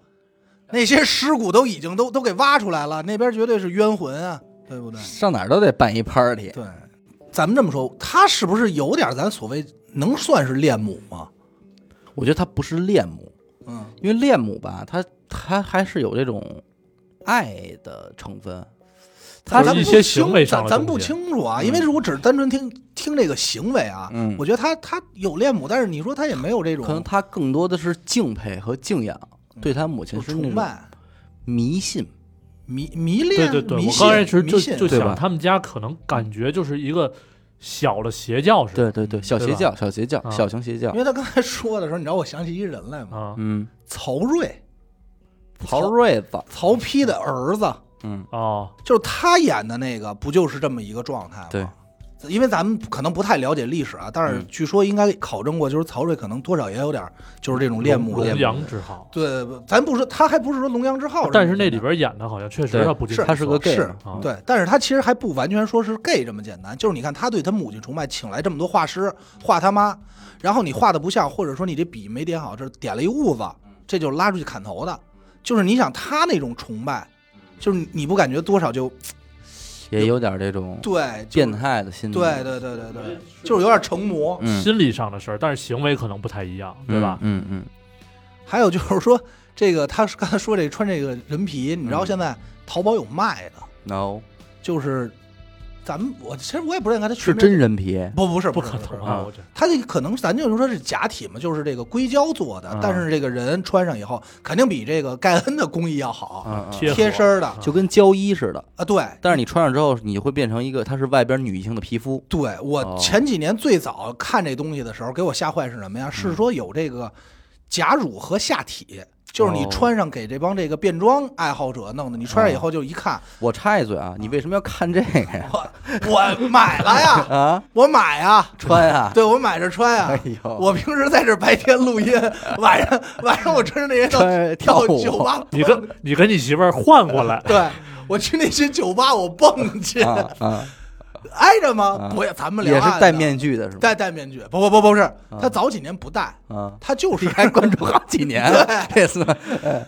Speaker 2: 那些尸骨都已经都都给挖出来了，那边绝对是冤魂啊，对不对？
Speaker 1: 上哪儿都得办一 party。
Speaker 2: 对，咱们这么说，他是不是有点咱所谓能算是恋母吗？
Speaker 1: 我觉得他不是恋母，
Speaker 2: 嗯，
Speaker 1: 因为恋母吧，他他还是有这种爱的成分。
Speaker 3: 他
Speaker 2: 咱咱
Speaker 3: 是一
Speaker 2: 不
Speaker 3: 些
Speaker 2: 清
Speaker 3: 行为上的
Speaker 2: 咱咱
Speaker 3: 东
Speaker 2: 不
Speaker 3: 西
Speaker 2: 清楚啊，
Speaker 1: 嗯
Speaker 2: 因为是我只是单纯听听这个行为啊，
Speaker 1: 嗯
Speaker 2: 我觉得他他有恋母，但是你说他也没有这种
Speaker 1: 可能他更多的是敬佩和敬仰，对他母亲是那
Speaker 2: 嗯崇
Speaker 1: 种
Speaker 2: 拜、
Speaker 1: 迷信。
Speaker 2: 迷迷
Speaker 3: 对
Speaker 2: 恋、
Speaker 3: 对对，
Speaker 2: 迷
Speaker 3: 我
Speaker 2: 信、
Speaker 3: 刚开始就
Speaker 2: 迷信
Speaker 3: 就
Speaker 1: 对吧
Speaker 3: 想他们家可能感觉就是一个小的邪教似的，
Speaker 1: 对对对，小
Speaker 3: 对
Speaker 1: 邪
Speaker 3: 吧
Speaker 1: 教、小邪教、
Speaker 3: 啊
Speaker 1: 小型邪教
Speaker 2: 因。为他刚才说的时候，你知道我想起一人来吗？
Speaker 3: 啊
Speaker 1: 嗯，
Speaker 2: 曹睿，
Speaker 1: 曹睿子，
Speaker 2: 曹丕的儿子，
Speaker 1: 嗯，
Speaker 3: 哦，
Speaker 2: 就是他演的那个，不就是这么一个状态吗？
Speaker 1: 对，
Speaker 2: 因为咱们可能不太了解历史啊，但是
Speaker 1: 嗯
Speaker 2: 据说应该考证过，就是曹睿可能多少也有点儿就是这嗯种恋母
Speaker 3: 龙
Speaker 2: 恋
Speaker 3: 龙
Speaker 2: 母。
Speaker 3: 阳之好，
Speaker 2: 对，不咱不说，他还不是说龙阳之好，
Speaker 3: 但是那里边演的好像确实
Speaker 1: 对
Speaker 3: 他不仅
Speaker 2: 是
Speaker 1: 他是个 gay，
Speaker 2: 是
Speaker 1: 嘛啊
Speaker 2: 对，但是他其实还不完全说是 gay 这么简单，就是你看他对他母亲崇拜，请来这么多画师画他妈，然后你画的不像，或者说你这笔没点好，这点了一痦子，这就拉出去砍头的。就是你想他那种崇拜，就是你不感觉多少就
Speaker 1: 也有点这种
Speaker 2: 对就
Speaker 1: 变态的心理。
Speaker 2: 对对对对对，就是有点成魔。
Speaker 1: 嗯，
Speaker 3: 心理上的事儿，但是行为可能不太一样，对吧？
Speaker 1: 嗯嗯，
Speaker 2: 还有就是说，这个他刚才说
Speaker 1: 嗯
Speaker 2: 这穿这个人皮，你知道现在淘宝有卖的，
Speaker 1: no，
Speaker 2: 就是咱们我其实我也不认为他
Speaker 1: 是
Speaker 2: 去
Speaker 1: 真人皮，
Speaker 2: 不不是
Speaker 3: 不
Speaker 2: 是
Speaker 3: 可
Speaker 2: 不是
Speaker 3: 能
Speaker 1: 啊
Speaker 3: 啊！我觉得
Speaker 2: 他这可能咱就是说是假体嘛，就是这个硅胶做的，
Speaker 1: 啊
Speaker 2: 但是这个人穿上以后肯定比这个盖恩的工艺要好
Speaker 1: 嗯嗯
Speaker 3: 贴合
Speaker 2: 贴身儿的
Speaker 3: 啊
Speaker 1: 就跟胶衣似的。
Speaker 2: 啊。对，
Speaker 1: 但是你穿上之后，你会变成一个，它是外边女性的皮肤，
Speaker 2: 对
Speaker 1: 哦
Speaker 2: 我前几年最早看这东西的时候，给我吓坏是什么呀？
Speaker 1: 嗯
Speaker 2: 是说有这个假乳和下体。就是你
Speaker 1: 哦啊
Speaker 2: 穿上给这帮这个变装爱好者弄的，你穿上以后就一看，
Speaker 1: 我插一嘴啊，
Speaker 2: 嗯
Speaker 1: 你为什么要看这个 呀？
Speaker 2: 我买了呀，
Speaker 1: 啊，
Speaker 2: 我买呀，
Speaker 1: 穿啊！
Speaker 2: 对我买着穿呀
Speaker 1: 哎。呦，
Speaker 2: 我平时在这白天录音，晚上晚上我穿着那些到
Speaker 1: 穿跳
Speaker 2: 到
Speaker 1: 舞
Speaker 2: 酒 吧，，
Speaker 3: 你跟你跟你媳妇儿换过来
Speaker 2: 对我去那些酒吧我蹦去，
Speaker 1: 啊啊，
Speaker 2: 挨着
Speaker 1: 啊
Speaker 2: 吗？不要，咱们聊
Speaker 1: 也是
Speaker 2: 暗的
Speaker 1: 戴面具的啊是吧？
Speaker 2: 戴戴面具，不不不不是，他早几年不戴，
Speaker 1: 啊，
Speaker 2: 他就是
Speaker 1: 你还关注好几年了，这次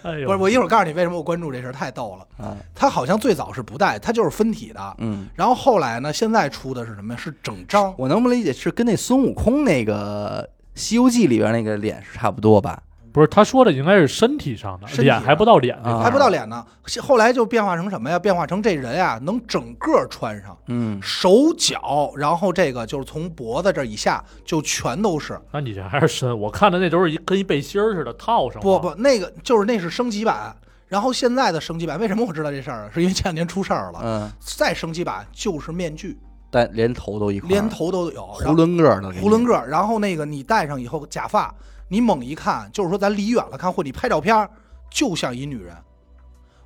Speaker 3: 哎 呦，
Speaker 2: 不是，我一会儿告诉你为什么我关注这事儿，太逗了。
Speaker 1: 啊，
Speaker 2: 它好像最早是不带，它就是分体的，
Speaker 1: 嗯，
Speaker 2: 然后后来呢，现在出的是什么呀？是整张。
Speaker 1: 我能不能理解是跟那孙悟空那个《西游记》里边那个脸是差不多吧？
Speaker 3: 不是他说的应该是身体上的，
Speaker 2: 身体
Speaker 3: 脸
Speaker 2: 上
Speaker 3: 还不到脸那块
Speaker 1: 啊
Speaker 3: 儿，
Speaker 2: 还不到脸呢，后来就变化成什么呀？变化成这人啊，能整个穿上，
Speaker 1: 嗯，
Speaker 2: 手脚，然后这个就是从脖子这儿以下就全都是。
Speaker 3: 那你这还是深，我看的那都是一跟一背心儿似的啊套上。
Speaker 2: 不，不，那个就是那是升级版，然后现在的升级版，为什么我知道这事儿啊？是因为前两天出事儿了，
Speaker 1: 嗯，
Speaker 2: 再升级版就是面具，
Speaker 1: 但连头都一块儿，
Speaker 2: 连头都有，然
Speaker 1: 囫
Speaker 2: 后
Speaker 1: 囵个儿的，
Speaker 2: 囫囵个儿，然后那个你戴上以后假发，你猛一看，就是说咱离远了看，或者你拍照片儿，就像一女人。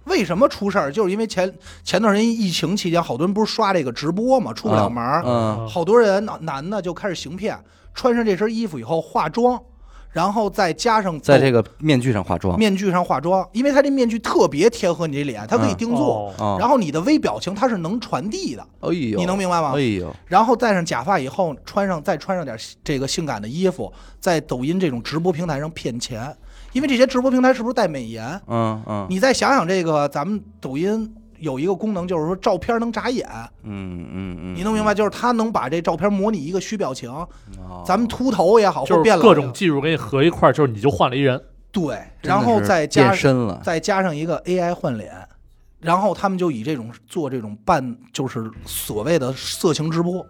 Speaker 2: 为什么出事儿？就是因为前前段时间疫情期间，好多人不是刷这个直播嘛，出不了门儿，
Speaker 1: 嗯
Speaker 2: 好多人男男的就开始行骗，穿上这身衣服以后化妆，然后再加上
Speaker 1: 在这个面具上化妆，
Speaker 2: 面具上化妆，因为他这面具特别贴合你这脸，它可以
Speaker 1: 嗯
Speaker 2: 定做，
Speaker 1: 啊，
Speaker 3: 哦
Speaker 2: 然后你的微表情它是能传递的，
Speaker 1: 哎呦，
Speaker 2: 你能明白吗
Speaker 1: 哎？呦，
Speaker 2: 然后戴上假发以后，穿上再穿上点这个性感的衣服，在抖音这种直播平台上骗钱，因为这些直播平台是不是带美颜？
Speaker 1: 嗯嗯
Speaker 2: 你再想想这个，咱们抖音有一个功能，就是说照片能眨眼，
Speaker 1: 嗯嗯嗯，
Speaker 2: 你能明白？就是它能把这照片模拟一个虚表情，
Speaker 1: 哦？
Speaker 2: 咱们秃头也好，
Speaker 3: 就
Speaker 2: 或变
Speaker 3: 是
Speaker 2: 老
Speaker 3: 各
Speaker 2: 也
Speaker 3: 种
Speaker 2: 好
Speaker 3: 技术给你合一块儿，就是你就换了一人。
Speaker 2: 对，
Speaker 1: 真的
Speaker 2: 然后
Speaker 1: 是
Speaker 2: 再加
Speaker 1: 变身了，
Speaker 2: 再加上一个 AI 换脸，然后他们就以这种做这种扮就是所谓的色情直播。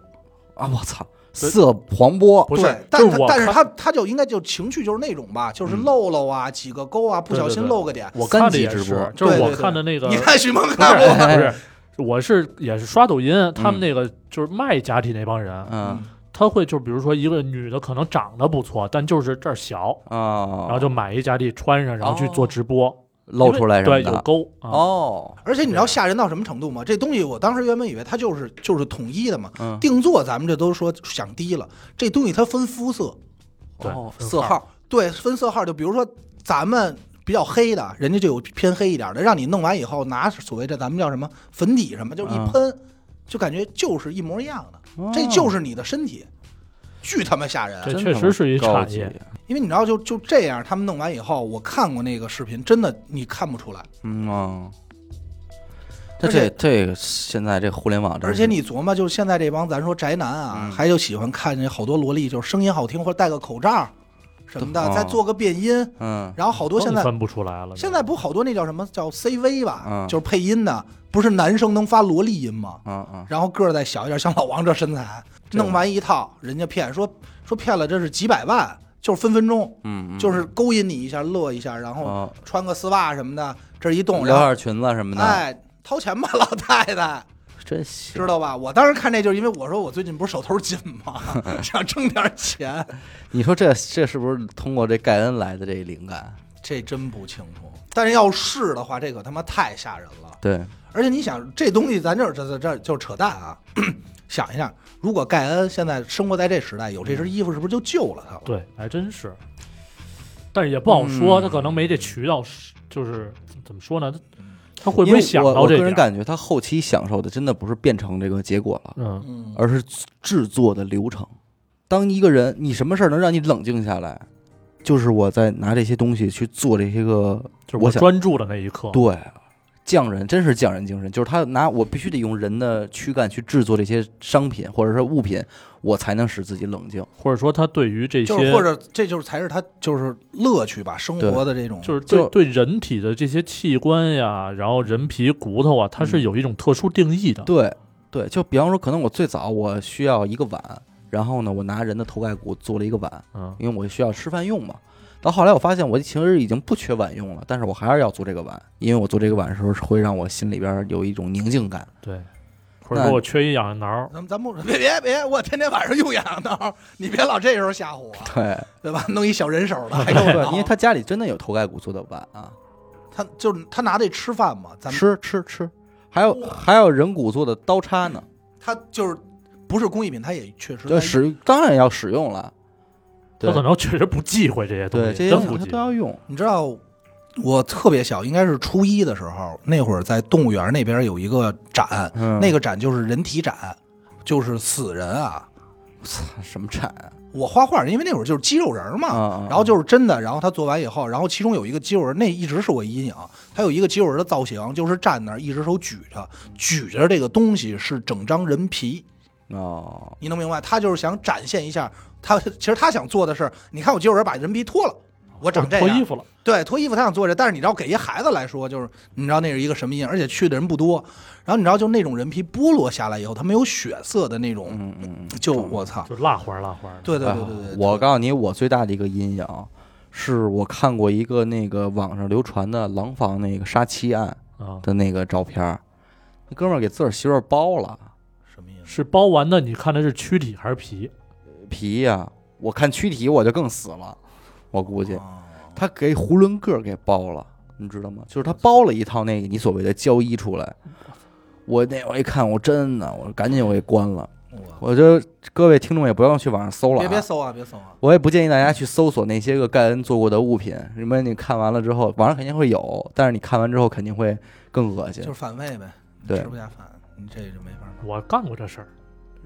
Speaker 1: 啊，我操，色黄波，
Speaker 3: 不是
Speaker 2: 对，但
Speaker 3: 就是
Speaker 2: 他
Speaker 3: 我
Speaker 2: 但是
Speaker 3: 看嗯
Speaker 2: 他他就应该就情绪就是那种吧，就是露露啊，几个勾啊，不小心
Speaker 3: 对对对
Speaker 2: 露个点。
Speaker 3: 我看
Speaker 1: 三
Speaker 3: 的
Speaker 1: 级
Speaker 3: 也
Speaker 1: 直
Speaker 3: 是
Speaker 1: 播，
Speaker 3: 就是
Speaker 2: 对
Speaker 3: 我
Speaker 2: 对对
Speaker 3: 看的那个，
Speaker 2: 你看徐梦
Speaker 3: 不是啊
Speaker 2: 看我，
Speaker 3: 不是，我是也是刷抖音，他们那个就是卖假体那帮人，
Speaker 1: 嗯
Speaker 3: 他会就比如说一个女的可能长得不错，但就是这儿小，
Speaker 1: 哦，
Speaker 2: 嗯
Speaker 3: 然后就买一假体穿上，然后去做直播，
Speaker 1: 露出来什么
Speaker 3: 对，有
Speaker 1: 的，
Speaker 3: 沟啊，
Speaker 1: 哦，
Speaker 2: 而且你知道吓人到什么程度吗？这东西我当时原本以为它就是就是统一的嘛，
Speaker 1: 嗯，
Speaker 2: 定做咱们这都说想低了，这东西它分肤色，
Speaker 3: 对
Speaker 1: 哦，
Speaker 3: 分
Speaker 1: 色
Speaker 3: 号
Speaker 1: 号，
Speaker 2: 对，分色号，就比如说咱们。比较黑的，人家就有偏黑一点的，让你弄完以后拿所谓的咱们叫什么粉底什么，就是一
Speaker 1: 嗯哦
Speaker 2: 喷，就感觉就是一模一样的，这就是你的身体，巨他妈吓人。
Speaker 3: 这
Speaker 1: 真
Speaker 3: 确
Speaker 1: 他
Speaker 3: 实
Speaker 1: 妈
Speaker 3: 是一
Speaker 1: 高
Speaker 3: 产
Speaker 1: 级
Speaker 3: 业，
Speaker 2: 因为你知道就，就这样，他们弄完以后，我看过那个视频，真的你看不出来。
Speaker 1: 嗯哦。这
Speaker 2: 而
Speaker 1: 这
Speaker 2: 且
Speaker 1: 这个现在这互联网真是，
Speaker 2: 而且你琢磨，就是现在这帮咱说宅男啊，
Speaker 1: 嗯
Speaker 2: 还有喜欢看见好多萝莉，就是声音好听或者戴个口罩什么的，
Speaker 1: 对哦
Speaker 2: 再做个变音，
Speaker 1: 嗯
Speaker 2: 然后好多现
Speaker 3: 更
Speaker 2: 在
Speaker 3: 分不出来了。
Speaker 2: 现在不好多那叫什么叫 CV 吧，
Speaker 1: 嗯
Speaker 2: 就是配音的，不是男生能发萝莉音吗？
Speaker 1: 嗯嗯，
Speaker 2: 然后个儿再小一点，像老王这身材，
Speaker 1: 对
Speaker 2: 弄完一套，人家骗说说骗了，这是几百万，就是分分钟，
Speaker 1: 嗯，嗯
Speaker 2: 就是勾引你一下，乐一下，然后
Speaker 1: 哦，
Speaker 2: 穿个丝袜什么的，这一动，然
Speaker 1: 撩
Speaker 2: 后
Speaker 1: 下裙子什么的，
Speaker 2: 哎，掏钱吧，老太 太，
Speaker 1: 真行
Speaker 2: 知。道吧？我当时看这就是因为我说我最近不是手头紧 嘛，想挣点钱，
Speaker 1: 你说这这是不是通过这盖恩来的这灵感？
Speaker 2: 这真不清楚。但是要是的话，这可他妈太吓人了。
Speaker 1: 对，
Speaker 2: 而且你想，这东西咱这儿这这这儿就是扯淡啊！ 想一下，如果盖恩现在生活在这时代，有这身衣服，是不是就救了他了？
Speaker 3: 对，还真是，但是也不好说，
Speaker 1: 嗯
Speaker 3: 他可能没这渠道，是就是怎么说呢？他他会
Speaker 1: 因
Speaker 3: 不
Speaker 1: 为
Speaker 3: 会想
Speaker 1: 我
Speaker 3: 到
Speaker 1: 我
Speaker 3: 这
Speaker 1: 个人
Speaker 3: 点？
Speaker 1: 感觉，他后期享受的真的不是变成这个结果了，
Speaker 3: 嗯，
Speaker 2: 嗯，
Speaker 1: 而是制作的流程。当一个人，你什么事儿能让你冷静下来？就是我在拿这些东西去做这些个，
Speaker 3: 就是
Speaker 1: 我
Speaker 3: 我
Speaker 1: 想
Speaker 3: 专注的那一刻，
Speaker 1: 对，匠人真是匠人精神，就是他拿我必须得用人的躯干去制作这些商品或者是物品，我才能使自己冷静。
Speaker 2: 啊
Speaker 3: 或者说他对于这些，
Speaker 2: 就是或者这就是才是他就是乐趣吧，生活的这种
Speaker 3: 就是对
Speaker 1: 就
Speaker 3: 对人
Speaker 2: 嗯
Speaker 3: 体的这些器官呀，然后人皮骨头啊，它是有一种特殊定义的。
Speaker 1: 对，对，就比方说，可能我最早我需要一个碗，然后呢，我拿人的头盖骨做了一个碗，
Speaker 3: 嗯
Speaker 1: 因为我需要吃饭用嘛。到后来我发现，我其实已经不缺碗用了，但是我还是要做这个碗，因为我做这个碗的时候是会让我心里边有一种宁静感。
Speaker 3: 对，或者说我缺一痒痒挠儿，
Speaker 2: 咱们咱不别别别，我天天晚上用痒痒挠，你别老这时候吓唬我，
Speaker 1: 对，
Speaker 2: 对吧？弄一小人手的，还 用
Speaker 1: 对，
Speaker 2: 挠
Speaker 1: 因为他家里真的有头盖骨做的碗啊，
Speaker 2: 他就是他拿这吃饭嘛，咱们
Speaker 1: 吃吃吃，还有还有人骨做的刀叉呢，
Speaker 2: 他就是不是工艺品，他也确实
Speaker 1: 对，使当然要使用了，对
Speaker 3: 他可能确实不忌讳这些东
Speaker 1: 对，
Speaker 3: 西，
Speaker 1: 这些
Speaker 3: 真
Speaker 1: 东西
Speaker 3: 不
Speaker 1: 他
Speaker 3: 忌
Speaker 1: 都。要用。
Speaker 2: 你知道，我特别小，应该是初一的时候，那会儿在动物园那边有一个展，
Speaker 1: 嗯，
Speaker 2: 那
Speaker 1: 个
Speaker 2: 个展就是人体展，就是死人啊。
Speaker 1: 什么铲啊
Speaker 2: 我画画，因为那会儿就是肌肉人
Speaker 3: 嗯
Speaker 2: 嘛，
Speaker 1: 啊，
Speaker 2: 然后就是真的，然后他做完以后，然后其中有一个肌肉人，那一直是我阴影。他有一个肌肉人的造型，就是站那儿一只手举着，举着这个东西是整张人皮，
Speaker 1: 哦，
Speaker 2: 你能明白？他就是想展现一下，他其实他想做的是，你看我肌肉人把人皮脱了，我长这样，
Speaker 3: 哦脱衣服了，
Speaker 2: 对，脱衣服他想做这，但是你知道给一孩子来说，就是你知道那是一个什么印象，而且去的人不多。然后你知道，就那种人皮剥落下来以后，它没有血色的那种，
Speaker 1: 嗯嗯嗯，
Speaker 2: 就
Speaker 1: 懂
Speaker 2: 我操，
Speaker 3: 就蜡花儿蜡花儿的。
Speaker 2: 对对
Speaker 1: 啊
Speaker 2: 对对对，
Speaker 1: 我
Speaker 2: 刚
Speaker 1: 告诉你，我最大的一个阴影是我看过一个那个网上流传的廊坊那个杀妻案
Speaker 3: 啊，
Speaker 1: 的那个照片儿，那哥们儿给自个儿媳妇儿剥了
Speaker 2: 什么意思？
Speaker 3: 是包完的，你看的是躯体还是皮？
Speaker 1: 皮呀、我看躯体我就更死了，我估计
Speaker 2: 哦
Speaker 1: 他给囫囵个儿给剥了，你知道吗？就是他包了一套那个你所谓的胶衣出来。我那我一看，我真的，我赶紧我给关了。
Speaker 2: 我
Speaker 1: 我就各位听众也不要去网上搜了、啊，
Speaker 2: 别别搜啊，别搜啊，
Speaker 1: 我也不建议大家去搜索那些个盖恩做过的物品，因为你看完了之后，网上肯定会有，但是你看完之后肯定会更恶心
Speaker 2: 就是。反胃呗，你
Speaker 1: 对
Speaker 2: 吃不下饭，你这就没法弄。
Speaker 3: 我干过这事儿。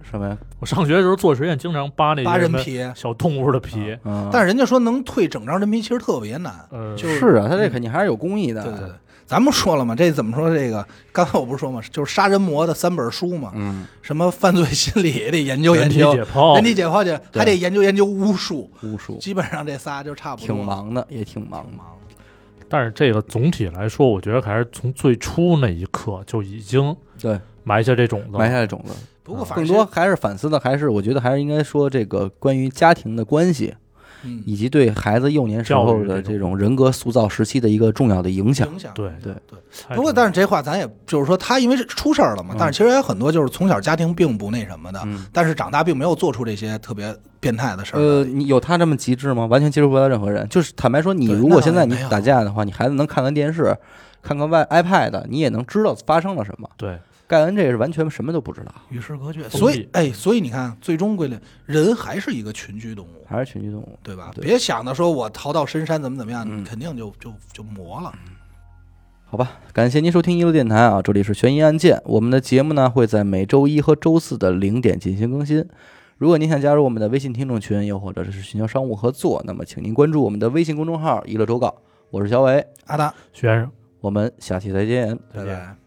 Speaker 1: 什么呀？
Speaker 3: 我上学的时候做实验，经常扒那
Speaker 2: 扒
Speaker 3: 些
Speaker 2: 人
Speaker 3: 什么
Speaker 2: 皮，啊
Speaker 3: 小动物的皮。
Speaker 1: 嗯，
Speaker 2: 但是人家说能退整张人皮，其实特别难。
Speaker 3: 呃，
Speaker 2: 就是
Speaker 1: 啊，他这肯定还是有工艺的。啊
Speaker 2: 对对对，咱们说了嘛，这怎么说？这个刚才我不是说嘛，就是杀人魔的三本书嘛，
Speaker 1: 嗯，
Speaker 2: 什么犯罪心理得研究研
Speaker 3: 人体
Speaker 2: 究，
Speaker 3: 解剖
Speaker 2: 人体解剖去，还得研究研究巫术，
Speaker 1: 巫术
Speaker 2: 基本上这仨就嗯差不多。
Speaker 1: 挺，忙的，也挺忙
Speaker 2: 挺
Speaker 1: 的。
Speaker 2: 忙的。
Speaker 3: 但是这个总体来说，我觉得还是从最初那一刻就已经
Speaker 1: 对，
Speaker 3: 埋下这种子了。
Speaker 1: 埋下了种子。
Speaker 2: 不过反
Speaker 1: 更
Speaker 2: 正
Speaker 1: 多还是反思的，还是我觉得还是应该说这个关于家庭的关系，
Speaker 2: 嗯
Speaker 1: 以及对孩子幼年时候的这种人格塑造时期的一个重要的影响。
Speaker 2: 影响。
Speaker 3: 对
Speaker 1: 对
Speaker 2: 对。
Speaker 3: 太
Speaker 2: 不过，
Speaker 3: 重
Speaker 2: 但是这话咱也就是说，他因为是出事儿了嘛，但是其实也有很多就是从小家庭并不那什么的，
Speaker 1: 嗯
Speaker 2: 但是长大并没有做出这些特别变态的事儿。
Speaker 1: 呃，你有他这么极致吗？完全接触不到任何人。就是坦白说，你
Speaker 2: 对
Speaker 1: 如
Speaker 2: 那
Speaker 1: 果
Speaker 2: 倒
Speaker 1: 现
Speaker 2: 也
Speaker 1: 在你
Speaker 2: 没有
Speaker 1: 打架的话，你孩子能看看电视，看看外 iPad，你也能知道发生了什么。
Speaker 3: 对
Speaker 1: 盖恩这是完全什么都不知道，
Speaker 2: 与世隔绝，
Speaker 3: 封
Speaker 2: 所以
Speaker 3: 闭
Speaker 2: 哎，所以你看，最终归类，人还是一个群居动物，
Speaker 1: 还是群居动物。
Speaker 2: 对吧？
Speaker 1: 对
Speaker 2: 别想着说我逃到深山怎么怎么样，
Speaker 1: 嗯
Speaker 2: 肯定就就就磨了。
Speaker 1: 好吧，感谢您收听一路电台啊，这里是悬疑案件。我们的节目呢会在每周一和周四的零点进行更新。如果您想加入我们的微信听众群，又或者是寻求商务合作，那么请您关注我们的微信公众号“一乐周告”。我是小伟，
Speaker 2: 阿达，
Speaker 3: 学生，
Speaker 1: 我们下期再见。
Speaker 3: 再
Speaker 2: 拜
Speaker 3: 见。
Speaker 2: 拜。